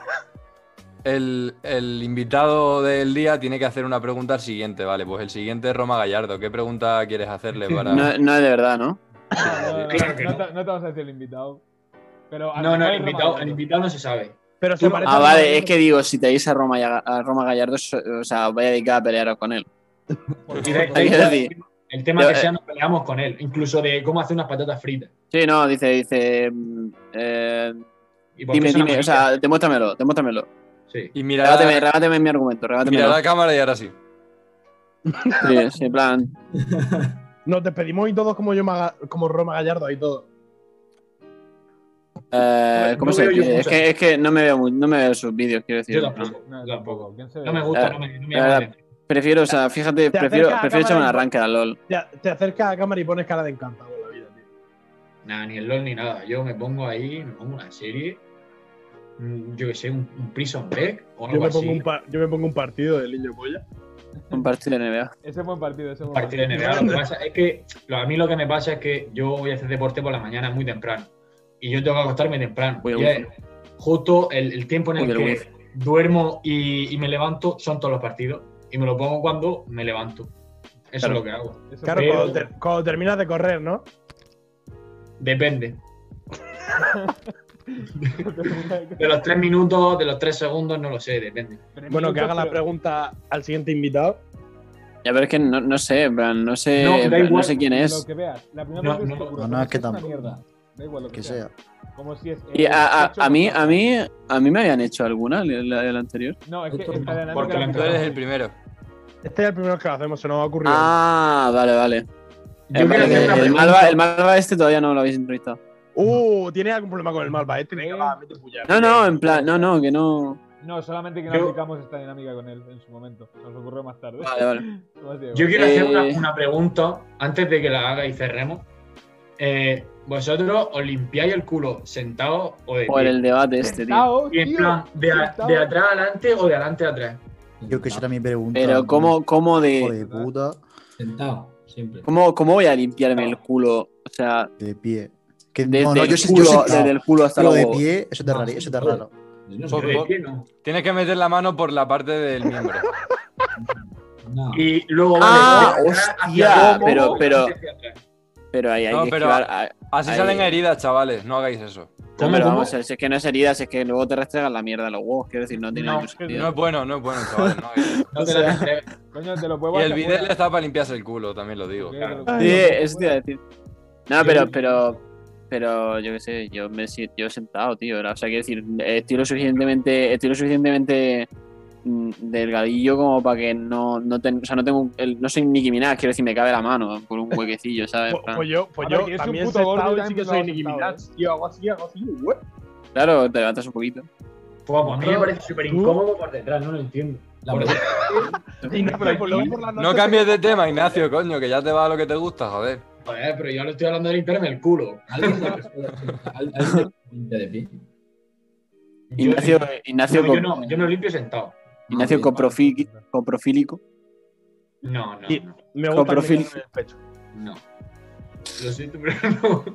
Speaker 6: el, el invitado del día tiene que hacer una pregunta al siguiente, ¿vale? Pues el siguiente es Roma Gallardo. ¿Qué pregunta quieres hacerle para...?
Speaker 7: No, no es de verdad, ¿no?
Speaker 1: No, no, no,
Speaker 4: Claro que
Speaker 1: no
Speaker 4: no.
Speaker 1: te- no te vas a decir el invitado. Pero a lo
Speaker 4: No, no,
Speaker 1: mejor
Speaker 4: el
Speaker 1: es
Speaker 4: invitado,
Speaker 1: Roma
Speaker 4: el
Speaker 1: Gallardo.
Speaker 4: invitado no se sabe.
Speaker 5: Pero se
Speaker 1: Tú-
Speaker 5: parece
Speaker 7: Ah,
Speaker 5: a-
Speaker 7: vale, es que digo, si te dice a Roma, y a- a Roma Gallardo, so- o sea, os vais a dedicar a pelearos con él.
Speaker 1: Por
Speaker 4: Y de-
Speaker 1: favor.
Speaker 4: de-
Speaker 7: Quiero decir,
Speaker 4: El tema que
Speaker 7: Yo, eh,
Speaker 4: sea, nos peleamos con él. Incluso de cómo hacer unas patatas fritas.
Speaker 7: Sí, no, dice, dice. mm, eh,
Speaker 4: Y por qué
Speaker 7: dime,
Speaker 4: son
Speaker 7: dime, o
Speaker 4: amarillas.
Speaker 7: sea, demuéstramelo, demuéstramelo.
Speaker 4: Sí.
Speaker 6: Y mirará,
Speaker 7: Regáteme, regáteme mi argumento,
Speaker 6: mirará
Speaker 7: regátemelo.
Speaker 6: la cámara y ahora sí.
Speaker 7: Sí, sí, en plan.
Speaker 5: Nos despedimos y todos como yo, Maga- como Roma Gallardo, ahí todos.
Speaker 7: eh, ¿Cómo
Speaker 4: No
Speaker 7: se
Speaker 4: veo yo
Speaker 7: dice? Es
Speaker 4: mucho.
Speaker 7: que, es que no, me veo, mu- no me veo sus vídeos, quiero decir.
Speaker 4: Yo
Speaker 7: en plan.
Speaker 4: tampoco.
Speaker 1: No,
Speaker 4: tampoco.
Speaker 1: tampoco. ¿Quién se ve?
Speaker 4: No me gusta,
Speaker 7: Eh,
Speaker 4: no me, no me
Speaker 7: eh,
Speaker 4: llama la atención.
Speaker 7: Prefiero, o sea, fíjate,
Speaker 5: Te
Speaker 7: prefiero,
Speaker 5: acercas a
Speaker 7: prefiero echar
Speaker 5: cámara
Speaker 7: un
Speaker 5: y-
Speaker 7: arranque a la LOL.
Speaker 5: Te, te acercas a la cámara y pones cara de encantado en la vida, tío.
Speaker 4: Nada, ni el LOL ni nada. Yo me pongo ahí, me pongo una serie. mm, Yo que sé, un, un Prison Break o
Speaker 5: Yo
Speaker 4: algo
Speaker 5: me,
Speaker 4: así.
Speaker 5: pongo un par- yo me pongo un partido del niño polla.
Speaker 7: Un partido de NBA.
Speaker 1: Ese es buen partido, ese es buen
Speaker 4: partido de NBA. Lo que pasa es que lo- a mí lo que me pasa es que yo voy a hacer deporte por la mañana muy temprano. Y yo tengo que acostarme temprano.
Speaker 7: Voy al
Speaker 4: Y es justo el, el tiempo en el
Speaker 7: Voy al
Speaker 4: que
Speaker 7: wifi.
Speaker 4: duermo y, y me levanto son todos los partidos. Y me lo pongo cuando me levanto. Eso es lo que hago.
Speaker 1: Eso es
Speaker 5: Claro,
Speaker 1: buen
Speaker 4: Pero-
Speaker 5: cuando, ter- cuando terminas de correr, ¿no?
Speaker 4: Depende.
Speaker 1: partido.
Speaker 4: De los tres minutos, de los tres segundos, no lo sé, depende.
Speaker 5: Bueno, que haga la
Speaker 1: Pero-
Speaker 5: pregunta al siguiente invitado.
Speaker 7: Ya, pero es que no, no sé, en plan, no sé,
Speaker 4: No,
Speaker 7: en
Speaker 4: da
Speaker 7: plan,
Speaker 4: igual,
Speaker 7: no sé quién
Speaker 1: Lo
Speaker 7: es.
Speaker 1: que veas. La primera pregunta
Speaker 4: No, no,
Speaker 1: es seguro.
Speaker 3: no,
Speaker 1: como
Speaker 3: no,
Speaker 1: si
Speaker 3: es que
Speaker 1: es una
Speaker 3: tampoco.
Speaker 1: mierda. Da igual lo que,
Speaker 3: Que
Speaker 1: sea.
Speaker 3: sea.
Speaker 1: Como si es. eh,
Speaker 7: Y a, a-
Speaker 1: hecho
Speaker 7: a mí,
Speaker 1: por la-
Speaker 7: a mí, a mí me habían hecho alguna, la, la del anterior.
Speaker 1: No, es que
Speaker 2: Esto
Speaker 1: esta
Speaker 2: no,
Speaker 1: dinámica
Speaker 4: porque
Speaker 1: la
Speaker 4: la
Speaker 1: hemos
Speaker 6: Tú eres
Speaker 1: hecho
Speaker 6: el primero.
Speaker 5: Este es el primero que lo hacemos, se nos ha ocurrido.
Speaker 7: Ah, vale, Eh, vale.
Speaker 4: Yo quiero
Speaker 7: En plan,
Speaker 4: hacer una
Speaker 7: El,
Speaker 4: pregunta.
Speaker 7: Malva, el Malva este todavía no lo habéis entrevistado.
Speaker 5: Uh, ¿tienes algún problema con el Malva? Este, venga, va, mete puya.
Speaker 7: No, no, en plan, no, no, que no.
Speaker 1: No, solamente que no
Speaker 4: Yo-
Speaker 1: aplicamos esta dinámica con él en su momento. Nos ocurrió más tarde.
Speaker 7: Vale, vale.
Speaker 1: Más de-
Speaker 4: Yo quiero hacer una,
Speaker 7: Eh.
Speaker 4: una pregunta antes de que la haga y cerremos. Eh, ¿Vosotros os limpiáis el culo sentado o de
Speaker 7: Por
Speaker 4: pie?
Speaker 7: el debate este, tío.
Speaker 1: Tao,
Speaker 4: Y en
Speaker 1: tío.
Speaker 4: plan, de, a-
Speaker 1: sentado.
Speaker 4: de atrás adelante o de adelante a atrás.
Speaker 3: Yo que será mi pregunta.
Speaker 7: Pero cómo, cómo
Speaker 3: Hijo
Speaker 7: de.
Speaker 3: de puta.
Speaker 2: Sentado, siempre.
Speaker 7: ¿Cómo, cómo voy a limpiarme el culo? O sea,
Speaker 3: De pie. Que,
Speaker 7: desde,
Speaker 3: no, no, yo
Speaker 7: el,
Speaker 3: sé- yo
Speaker 7: culo,
Speaker 3: sé-
Speaker 7: desde el culo hasta
Speaker 3: Lo
Speaker 7: los
Speaker 3: de
Speaker 7: huevos.
Speaker 3: pie, eso te
Speaker 2: No,
Speaker 3: raro,
Speaker 2: sí,
Speaker 3: eso te
Speaker 2: joder.
Speaker 3: raro.
Speaker 2: Yo no
Speaker 4: Yo
Speaker 2: sé.
Speaker 4: de pie no.
Speaker 6: Tienes que meter la mano por la parte del miembro.
Speaker 2: No.
Speaker 4: Y luego
Speaker 7: Ah,
Speaker 4: de atrás
Speaker 7: hostia,
Speaker 4: adelante,
Speaker 7: pero- pero-
Speaker 4: hacia atrás.
Speaker 7: Pero ahí hay
Speaker 6: No,
Speaker 7: que
Speaker 6: pero-
Speaker 7: esquivar. ah,
Speaker 6: Así
Speaker 7: Ahí.
Speaker 6: salen heridas, chavales. No hagáis eso.
Speaker 7: No,
Speaker 4: ¿Cómo,
Speaker 7: pero
Speaker 4: cómo?
Speaker 7: vamos, a ver, si es que no es herida, si es que luego te restregan la mierda en los huevos. Quiero decir, no tiene
Speaker 4: No,
Speaker 7: ningún
Speaker 6: No
Speaker 7: sentido.
Speaker 6: es bueno, no es bueno, chavales. no hagáis eso.
Speaker 4: No te
Speaker 7: o
Speaker 4: la-
Speaker 1: Coño, te lo puedo
Speaker 6: Y el
Speaker 1: asegurar.
Speaker 6: bidel está para limpiarse el culo, también lo digo.
Speaker 1: Te lo
Speaker 4: claro.
Speaker 1: puedo
Speaker 7: Sí,
Speaker 1: asegurar.
Speaker 7: eso te iba a decir. No, pero, pero, pero yo qué sé, yo me si- yo sentado, tío. ¿verdad? O sea, quiero decir, estoy lo suficientemente, estoy lo suficientemente mm, delgadillo como para que no, no ten- o sea, no tengo un- el- no soy Nicki Minaj, quiero decir, me cabe la mano por un huequecillo, ¿sabes?
Speaker 5: Pues,
Speaker 7: En plan,
Speaker 5: pues yo, pues
Speaker 1: A ver,
Speaker 5: yo
Speaker 1: que es un
Speaker 5: también
Speaker 1: puto
Speaker 5: he
Speaker 1: gordo,
Speaker 5: estado y
Speaker 1: también
Speaker 5: sí que
Speaker 1: lo
Speaker 5: soy
Speaker 1: has
Speaker 5: Nicki
Speaker 1: estado,
Speaker 5: Minaj, tío, hago así, hago así, güey.
Speaker 7: claro, te levantas un poquito.
Speaker 4: Guau, a mí me parece súper incómodo por detrás, no lo entiendo.
Speaker 2: La
Speaker 4: Por
Speaker 2: verdad.
Speaker 4: detrás.
Speaker 5: Y no, pero luego por la noche
Speaker 6: No
Speaker 5: te-
Speaker 6: cambies de tema, Ignacio, coño, que ya te va lo que te gusta, joder.
Speaker 4: Joder, pero yo le estoy hablando de limpiarme el culo.
Speaker 2: ¿Alguien se- al- alguien se limpia de pie?
Speaker 7: Ignacio, Ignacio,
Speaker 4: No, yo, no, yo me lo limpio sentado.
Speaker 7: Ignacio
Speaker 2: bien.
Speaker 7: coprofi- coprofílico.
Speaker 4: No, no,
Speaker 5: Sí.
Speaker 4: no.
Speaker 5: Me gusta
Speaker 7: Coprofil.
Speaker 5: meterme en el pecho.
Speaker 4: no. Lo siento, pero no.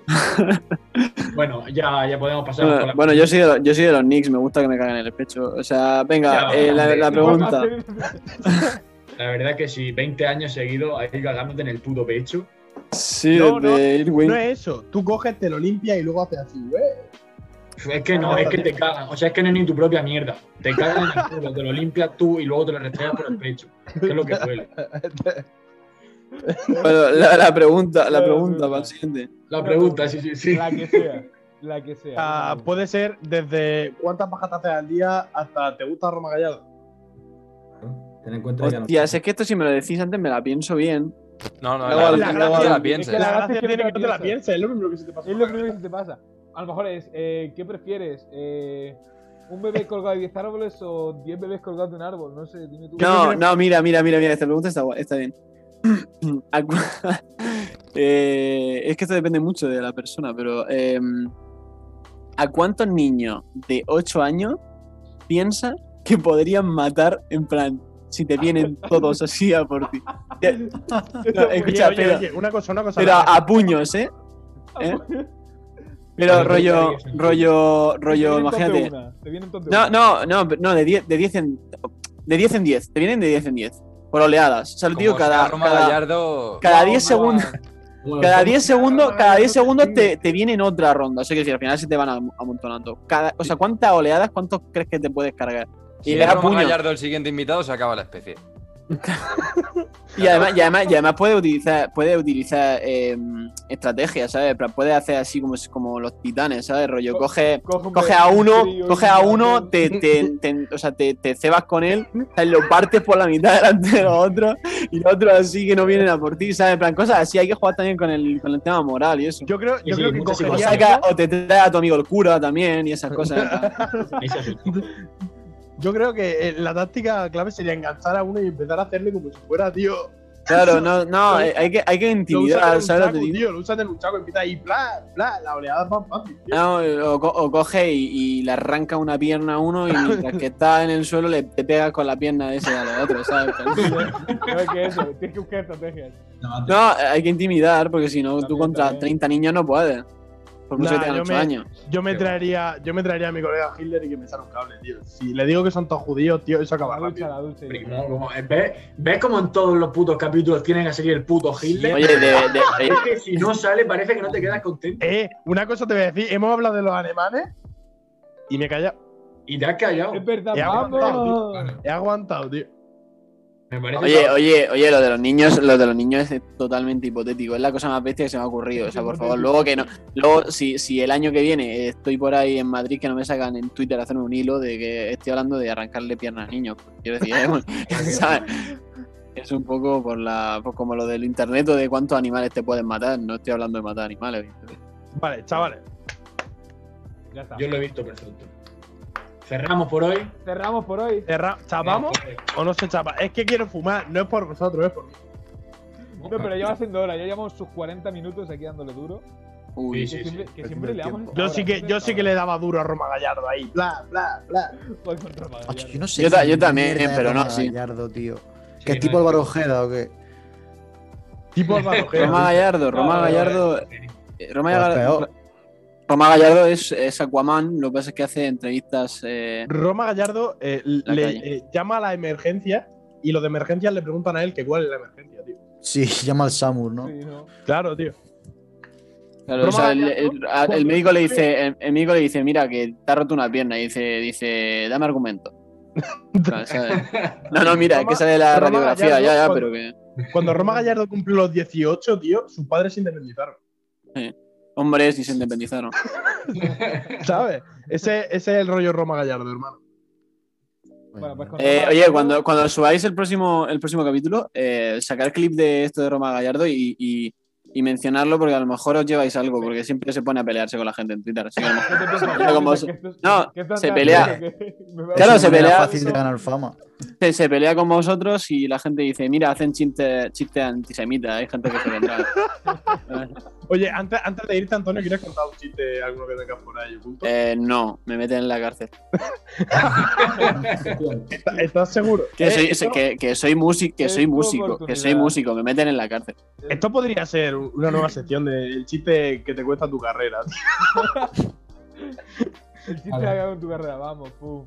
Speaker 4: bueno, ya, ya podemos pasar. con
Speaker 7: Bueno,
Speaker 4: la-
Speaker 7: bueno, yo soy, de los, yo soy de los Knicks, me gusta que me caguen en el pecho. O sea, venga,
Speaker 4: Ya,
Speaker 7: eh, la, la pregunta.
Speaker 4: La verdad es que si 20 años seguidos ahí cagándote en el puto pecho.
Speaker 7: Sí,
Speaker 5: No, no,
Speaker 7: de Irwin.
Speaker 5: No es eso. Tú coges, te lo limpias y luego haces así, güey.
Speaker 4: Es que no, es que te cagan. O sea, es que no es ni tu propia mierda. Te cagan en el culo, te lo limpias tú y luego te lo restregas por el pecho. Que es lo que duele.
Speaker 7: Bueno, la, la pregunta, la
Speaker 1: La
Speaker 7: pregunta
Speaker 1: pregunta.
Speaker 7: para el siguiente.
Speaker 4: La pregunta, sí, sí, sí.
Speaker 1: La que sea. La que sea.
Speaker 5: Ah, puede ser desde cuántas pajas te haces al día hasta te gusta Roma Gallada.
Speaker 2: Ten en cuenta que a
Speaker 7: Hostias, es que esto si me lo decís antes me la pienso bien.
Speaker 6: No, no,
Speaker 7: Luego
Speaker 6: la,
Speaker 7: al-
Speaker 6: la-
Speaker 5: luego
Speaker 6: la
Speaker 5: al-
Speaker 1: es
Speaker 6: pienses.
Speaker 1: que
Speaker 5: La
Speaker 1: la
Speaker 5: gracia
Speaker 1: gracia
Speaker 5: tiene que no te la
Speaker 1: piensas.
Speaker 5: pienses, es lo primero que se te pasa.
Speaker 1: Es lo primero que se te pasa. A lo mejor es, eh, ¿qué prefieres? Eh, ¿Un bebé colgado de 10 árboles o 10 bebés colgados de un árbol? No sé, dime tú.
Speaker 7: No, no, mira, mira, mira, mira, esta pregunta está, guay, está bien. ¿A cu- Eh, es que esto depende mucho de la persona, pero eh, ¿a cuántos niños de 8 años piensas que podrían matar en plan si te vienen todos así a por ti? Ya- no,
Speaker 5: Oye,
Speaker 7: escucha,
Speaker 5: oye,
Speaker 7: pero,
Speaker 5: oye, una cosa, una cosa.
Speaker 7: pero
Speaker 5: nada.
Speaker 7: a, a puños, ¿eh? ¿Eh? Pero
Speaker 4: Pero
Speaker 7: rollo,
Speaker 4: no tiene sentido.
Speaker 7: rollo,
Speaker 1: Te vienen
Speaker 7: rollo,
Speaker 1: dos de
Speaker 7: imagínate.
Speaker 1: una, Te vienen tonto.
Speaker 7: No, no, no, no, de 10 de 10 en de 10 en 10, te vienen de 10 en 10 por oleadas. O sea, lo
Speaker 6: Como
Speaker 7: digo
Speaker 6: sea
Speaker 7: cada
Speaker 6: Roma
Speaker 7: cada,
Speaker 6: Gallardo.
Speaker 7: cada 10
Speaker 1: no,
Speaker 7: segundos,
Speaker 2: Bueno,
Speaker 7: cada
Speaker 2: los
Speaker 7: 10 segundos,
Speaker 5: no,
Speaker 7: cada
Speaker 5: no,
Speaker 7: 10
Speaker 5: no,
Speaker 7: segundos
Speaker 5: no,
Speaker 7: te, te vienen otra ronda, o sea, que decir, al final se te van am- amontonando. Cada, o sea, cuántas oleadas, cuántos crees que te puedes cargar?
Speaker 6: Si
Speaker 7: y
Speaker 6: es
Speaker 7: deja
Speaker 6: Roma
Speaker 7: puño.
Speaker 6: Gallardo el siguiente invitado, se acaba la especie.
Speaker 7: Y además, y además, y además puede utilizar, puede utilizar eh, estrategias, ¿sabes? Pra- Puede hacer así como, como los titanes, ¿sabes? Rollo,
Speaker 1: Co-
Speaker 7: coge,
Speaker 1: Coge, un
Speaker 7: coge
Speaker 1: bebé
Speaker 7: a
Speaker 1: con
Speaker 7: uno,
Speaker 1: frío y
Speaker 7: coge a
Speaker 1: un
Speaker 7: uno,
Speaker 1: árbol.
Speaker 7: te, te, te- o sea, te, te cebas con él, ¿sabes? lo partes por la mitad delante de los otros y los otros así que no vienen a por ti, ¿sabes? En plan, cosas así, hay que jugar también con el, con el tema moral y eso.
Speaker 5: Yo creo, yo
Speaker 4: Sí,
Speaker 5: creo que
Speaker 4: mucha
Speaker 7: o,
Speaker 5: cogería.
Speaker 4: psicología.
Speaker 7: saca- o te trae a tu amigo el cura también y esas cosas. en plan.
Speaker 4: Ahí se asustó.
Speaker 5: Yo creo que eh, la táctica clave sería enganchar a uno y empezar a hacerle como si fuera, tío.
Speaker 7: Claro, no, no, eh, hay que, hay que
Speaker 5: Lo usas en
Speaker 7: intimidar,
Speaker 5: un
Speaker 7: ¿sabes?
Speaker 5: chaco,
Speaker 7: lo que te digo?
Speaker 5: tío. Lo usas en un chaco, empieza ahí, bla, bla. La oleada es más fácil, tío.
Speaker 7: No, o, co- o coge y, y le arranca una pierna a uno y mientras que está en el suelo le te pegas con la pierna de ese al otro, ¿sabes?
Speaker 1: No es que eso, tienes que buscar estrategias.
Speaker 2: remates,
Speaker 7: No, hay que intimidar porque si no, tú
Speaker 1: También,
Speaker 7: contra
Speaker 1: también.
Speaker 7: 30 niños no puedes. Por mucho
Speaker 5: Nah,
Speaker 7: que tengan
Speaker 5: yo
Speaker 7: 8
Speaker 5: me-
Speaker 7: años.
Speaker 5: Yo me
Speaker 6: Qué
Speaker 5: traería, yo me traería a mi colega Hitler y que me sale un cable, tío. Si le digo que son todos judíos, tío, eso acaba
Speaker 1: La ducha,
Speaker 5: rápido.
Speaker 1: la ducha.
Speaker 4: Primo, como- eh, ¿ves, ¿Ves como en todos los putos capítulos tienen que salir el puto Hitler?
Speaker 7: Oye, de, de- oye,
Speaker 4: Es que si no sale, parece que no te quedas contento.
Speaker 5: Eh, una cosa te voy a decir, hemos hablado de los alemanes y me he callado.
Speaker 4: Y te has callado.
Speaker 1: Es verdad,
Speaker 5: He aguantado,
Speaker 1: vamos.
Speaker 5: He aguantado, tío.
Speaker 4: Me parece
Speaker 7: oye, oye, oye, lo de los niños, lo de los niños es totalmente hipotético. Es la cosa más bestia que se me ha ocurrido. O sea, por favor, luego que no. Luego, si, si el año que viene estoy por ahí en Madrid, que no me sacan en Twitter a hacerme un hilo de que estoy hablando de arrancarle piernas a niños. pues, Quiero decir, ¿eh? es un- ¿sabes? Es un poco por la, por como lo del internet o de cuántos animales te pueden matar. No estoy hablando de matar animales. evidentemente.
Speaker 5: Vale, chavales.
Speaker 1: Ya está.
Speaker 4: Yo lo he visto perfecto. Cerramos por hoy.
Speaker 1: Cerramos por hoy.
Speaker 5: Cerra- ¿Chapamos
Speaker 7: pues.
Speaker 5: o no se chapa? Es que quiero fumar, no es por vosotros, es por mí.
Speaker 1: No, pero ya va siendo hora, ya llevamos sus 40 minutos aquí dándole duro.
Speaker 7: Uy,
Speaker 1: Que
Speaker 4: Sí, sí,
Speaker 1: siempre,
Speaker 4: sí.
Speaker 1: que siempre le damos.
Speaker 5: Yo sí que, yo sí que le daba duro a Roma Gallardo ahí. Bla, bla, bla.
Speaker 1: Voy contra
Speaker 5: Ah,
Speaker 1: Magallar.
Speaker 3: Macho, yo no sé.
Speaker 7: Yo ta-
Speaker 3: qué
Speaker 7: yo también,
Speaker 3: mierda es
Speaker 7: pero no,
Speaker 3: Roma
Speaker 7: sí.
Speaker 3: Gallardo, tío.
Speaker 4: Sí,
Speaker 3: ¿Qué
Speaker 4: no,
Speaker 3: tipo
Speaker 4: es-
Speaker 3: Álvaro Ojeda o qué?
Speaker 5: Tipo el barrojero.
Speaker 7: Roma Gallardo, Roma Gallardo. eh, Roma
Speaker 3: Pues
Speaker 7: Gallardo.
Speaker 3: peor.
Speaker 7: Roma Gallardo es, es Aquaman, lo que pasa es que hace entrevistas. eh,
Speaker 5: Roma Gallardo eh,
Speaker 7: La
Speaker 5: le
Speaker 7: calle.
Speaker 5: eh, llama a la emergencia y los de emergencia le preguntan a él que cuál es la emergencia, tío.
Speaker 3: Sí, llama al Samur, ¿no?
Speaker 1: Sí, no.
Speaker 5: Claro, tío.
Speaker 7: claro,
Speaker 5: Roma
Speaker 7: o sea, el,
Speaker 5: Gallardo,
Speaker 7: el- a- el
Speaker 5: cuando
Speaker 7: médico
Speaker 5: sale-
Speaker 7: le dice, el, el médico le dice, mira, que te ha roto una pierna. Y dice, dice, dame argumento. Claro, ¿sabes? No, no, mira, es que sale la
Speaker 5: Roma
Speaker 7: radiografía,
Speaker 5: Gallardo,
Speaker 7: ya, ya,
Speaker 5: cuando-
Speaker 7: pero que.
Speaker 5: Cuando Roma Gallardo cumplió los 18, tío, sus padres se independizaron.
Speaker 7: Hombres y se independizaron.
Speaker 5: ¿Sabes? Ese, ese es el rollo Roma Gallardo, hermano.
Speaker 1: Bueno, pues con-
Speaker 7: Eh, oye, cuando, cuando subáis el próximo, el próximo capítulo, eh, sacar clip de esto de Roma Gallardo y, y- y mencionarlo porque a lo mejor os lleváis algo, porque siempre se pone a pelearse con la gente en Twitter. así que a lo mejor-
Speaker 1: ¿Qué te pasa?
Speaker 7: Mira cómo
Speaker 1: Dice
Speaker 7: se-
Speaker 1: que esto-
Speaker 7: no,
Speaker 1: que esto
Speaker 7: se
Speaker 1: anda
Speaker 7: pelea.
Speaker 1: bien, que- me va a-
Speaker 7: Claro,
Speaker 3: Es
Speaker 7: se
Speaker 3: una manera
Speaker 7: pelea.
Speaker 3: fácil de ganar fama.
Speaker 7: se, se pelea con vosotros y la gente dice, mira, hacen chistes chistes antisemitas, hay gente que se vendrá.
Speaker 5: Oye, antes, antes de irte, Antonio, ¿quieres contar un chiste alguno que tengas por ahí oculto?
Speaker 7: Eh, no, me meten en la cárcel.
Speaker 5: ¿Estás- ¿Estás seguro?
Speaker 7: Que
Speaker 5: Eh,
Speaker 7: soy,
Speaker 5: esto,
Speaker 7: que, que soy músico, que
Speaker 1: es
Speaker 7: soy
Speaker 1: tu
Speaker 7: músico, que soy
Speaker 1: oportunidad.
Speaker 7: músico, me meten en la cárcel.
Speaker 5: esto podría ser una nueva sección del chiste que te cuesta tu carrera.
Speaker 1: El chiste
Speaker 2: Vale.
Speaker 1: ha cagado en tu carrera, vamos, pum.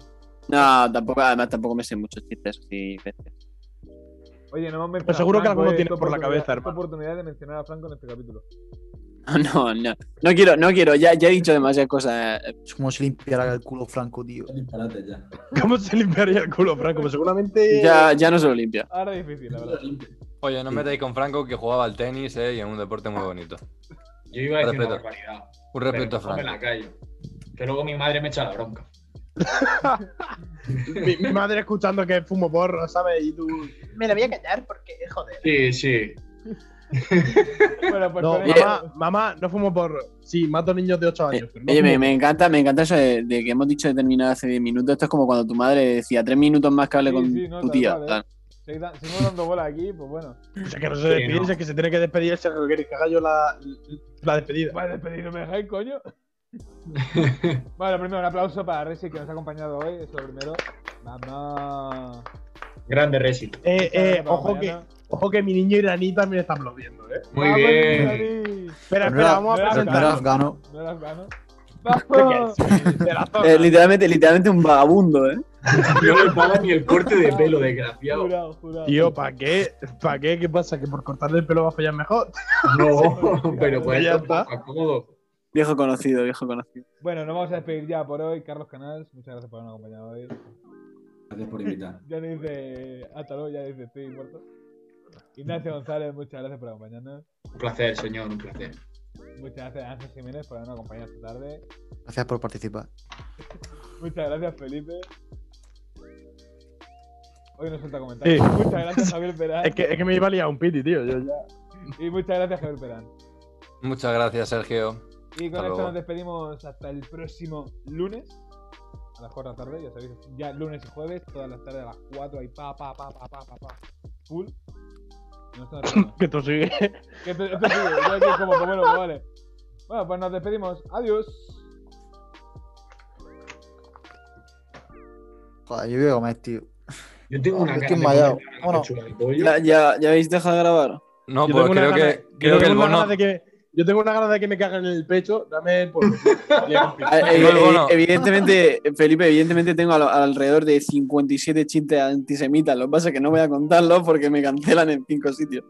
Speaker 7: No, tampoco, además tampoco me sé muchos chistes así.
Speaker 1: Oye, no hemos mencionado.
Speaker 5: Pero seguro
Speaker 1: a
Speaker 5: que
Speaker 1: Franco,
Speaker 5: alguno
Speaker 1: eh,
Speaker 5: tiene
Speaker 1: esta
Speaker 5: por la
Speaker 1: oportunidad-
Speaker 5: cabeza,
Speaker 1: esta
Speaker 5: hermano.
Speaker 1: oportunidad de mencionar a Franco en este capítulo.
Speaker 7: No, no. No quiero, no quiero, ya, ya he dicho demasiadas cosas. eh,
Speaker 3: Es como si limpiara el culo Franco, tío.
Speaker 2: Disparate ya.
Speaker 5: ¿Cómo se limpiaría el culo, Franco? Pues seguramente.
Speaker 1: Eh,
Speaker 7: Ya, ya no se lo limpia.
Speaker 1: Ahora es difícil, la verdad.
Speaker 6: Oye, no metáis con Franco que jugaba al tenis eh, y en un deporte muy bonito.
Speaker 4: Yo iba a decir una
Speaker 6: Respeto.
Speaker 4: barbaridad.
Speaker 6: Un
Speaker 4: pero
Speaker 6: respeto a
Speaker 4: mejor me la
Speaker 6: Franco.
Speaker 4: callo. Que luego mi madre me echa la bronca.
Speaker 5: Mi, mi madre escuchando que fumo porro, ¿sabes? Y tú. Me la voy a callar porque, joder.
Speaker 4: Sí, sí.
Speaker 1: Bueno, pues
Speaker 5: No,
Speaker 1: con esto-
Speaker 5: mamá, mamá, no fumo porro. Sí, mato niños de 8 años. pero no
Speaker 7: eh, Oye, me,
Speaker 5: fumo
Speaker 7: me encanta, me encanta eso de, de que hemos dicho de terminar hace 10 minutos. Esto es como cuando tu madre decía tres minutos más que hable
Speaker 1: Sí,
Speaker 7: con
Speaker 1: sí, no,
Speaker 7: tu
Speaker 1: tal
Speaker 7: tía.
Speaker 1: cual, eh.
Speaker 7: tal.
Speaker 1: Seguimos dan- seguimos dando bola aquí, pues bueno.
Speaker 5: porro. O sea, que no se
Speaker 4: Sí,
Speaker 5: despide,
Speaker 4: no.
Speaker 5: o sea, que se tiene que despedir el Sergio. ¿Queréis que haga yo la, la despedida? Eh,
Speaker 1: Para despedir, ¿no me dejáis, coño? bueno, primero un aplauso para Resi que nos ha acompañado hoy, eso lo primero. Vamos.
Speaker 4: Grande Resi.
Speaker 5: Eh, eh,
Speaker 1: Para
Speaker 5: ojo que,
Speaker 1: mañana.
Speaker 5: ojo que mi niño iraní también está aplaudiendo, ¿eh.
Speaker 4: Muy
Speaker 1: Vamos,
Speaker 4: bien.
Speaker 1: Israelí.
Speaker 5: Espera,
Speaker 3: Pero no
Speaker 5: espera,
Speaker 3: era-
Speaker 5: vamos
Speaker 1: no
Speaker 5: a
Speaker 3: Pero no
Speaker 5: presentar.
Speaker 3: era afgano.
Speaker 1: No las gano.
Speaker 5: Creo
Speaker 1: ¡Vamos!
Speaker 5: que es, sí, de la zona.
Speaker 7: Eh, literalmente, literalmente un vagabundo, ¿eh?
Speaker 4: No le paga ni el corte de pelo, desgraciado.
Speaker 1: Jurado, jurado.
Speaker 5: Tío, ¿para qué? ¿Para qué? ¿Qué pasa? ¿Que por cortarle el pelo va a fallar mejor?
Speaker 4: No, pero pues
Speaker 5: Ya
Speaker 4: esto es
Speaker 5: está.
Speaker 4: poco cómodo.
Speaker 7: Viejo conocido, viejo conocido.
Speaker 1: Bueno, nos vamos a despedir ya por hoy. Carlos Canals, muchas gracias por habernos acompañado hoy.
Speaker 2: Gracias por invitar.
Speaker 1: Ya no dice hasta luego, ya dice estoy muerto. Ignacio González, muchas gracias por acompañarnos.
Speaker 4: Un placer, señor, un placer.
Speaker 1: Muchas gracias Ángel Jiménez por habernos acompañado esta tarde.
Speaker 3: Gracias por participar.
Speaker 1: Muchas gracias Felipe. Hoy no suelta comentarios.
Speaker 5: Sí.
Speaker 1: Muchas gracias Javier Perán.
Speaker 5: Es que, es que me iba a liar un piti, tío. Yo ya.
Speaker 1: Y muchas gracias Javier Perán.
Speaker 6: Muchas gracias, Sergio.
Speaker 1: Y con
Speaker 6: Hasta
Speaker 1: esto
Speaker 6: luego.
Speaker 1: nos despedimos hasta el próximo lunes. A las 4 de la tarde, ya sabéis, ya lunes y jueves, todas las tardes a las 4 hay pa, pa, pa, pa, pa, pa, pa. Full. Y nosotros nos vemos.
Speaker 5: Que tú sigue.
Speaker 1: Que esto, esto sigue, yo aquí como, que bueno, pues vale. Bueno, pues nos despedimos. Adiós.
Speaker 3: Joder, yo voy a comer, tío.
Speaker 4: Yo tengo
Speaker 3: Ah,
Speaker 4: una
Speaker 3: yo
Speaker 4: cara
Speaker 3: estoy
Speaker 4: de
Speaker 3: mareado.
Speaker 4: comerme una
Speaker 3: Vámonos.
Speaker 4: cachuela de pollo.
Speaker 7: ¿Ya, ya, ya habéis dejado de grabar?
Speaker 6: No,
Speaker 5: Yo
Speaker 6: pues
Speaker 5: tengo una
Speaker 6: creo
Speaker 5: gana-
Speaker 6: que,
Speaker 5: yo
Speaker 6: creo que
Speaker 5: tengo
Speaker 6: el
Speaker 5: una
Speaker 6: bono.
Speaker 5: gana de que- yo tengo una gana de que me cagan en el pecho. Dame el polvo.
Speaker 7: Ah, eh,
Speaker 6: No, el
Speaker 7: eh,
Speaker 6: bono.
Speaker 7: Evidentemente, Felipe, evidentemente tengo al- alrededor de 57 chistes antisemitas. Lo que pasa es que no voy a contarlos porque me cancelan en cinco sitios.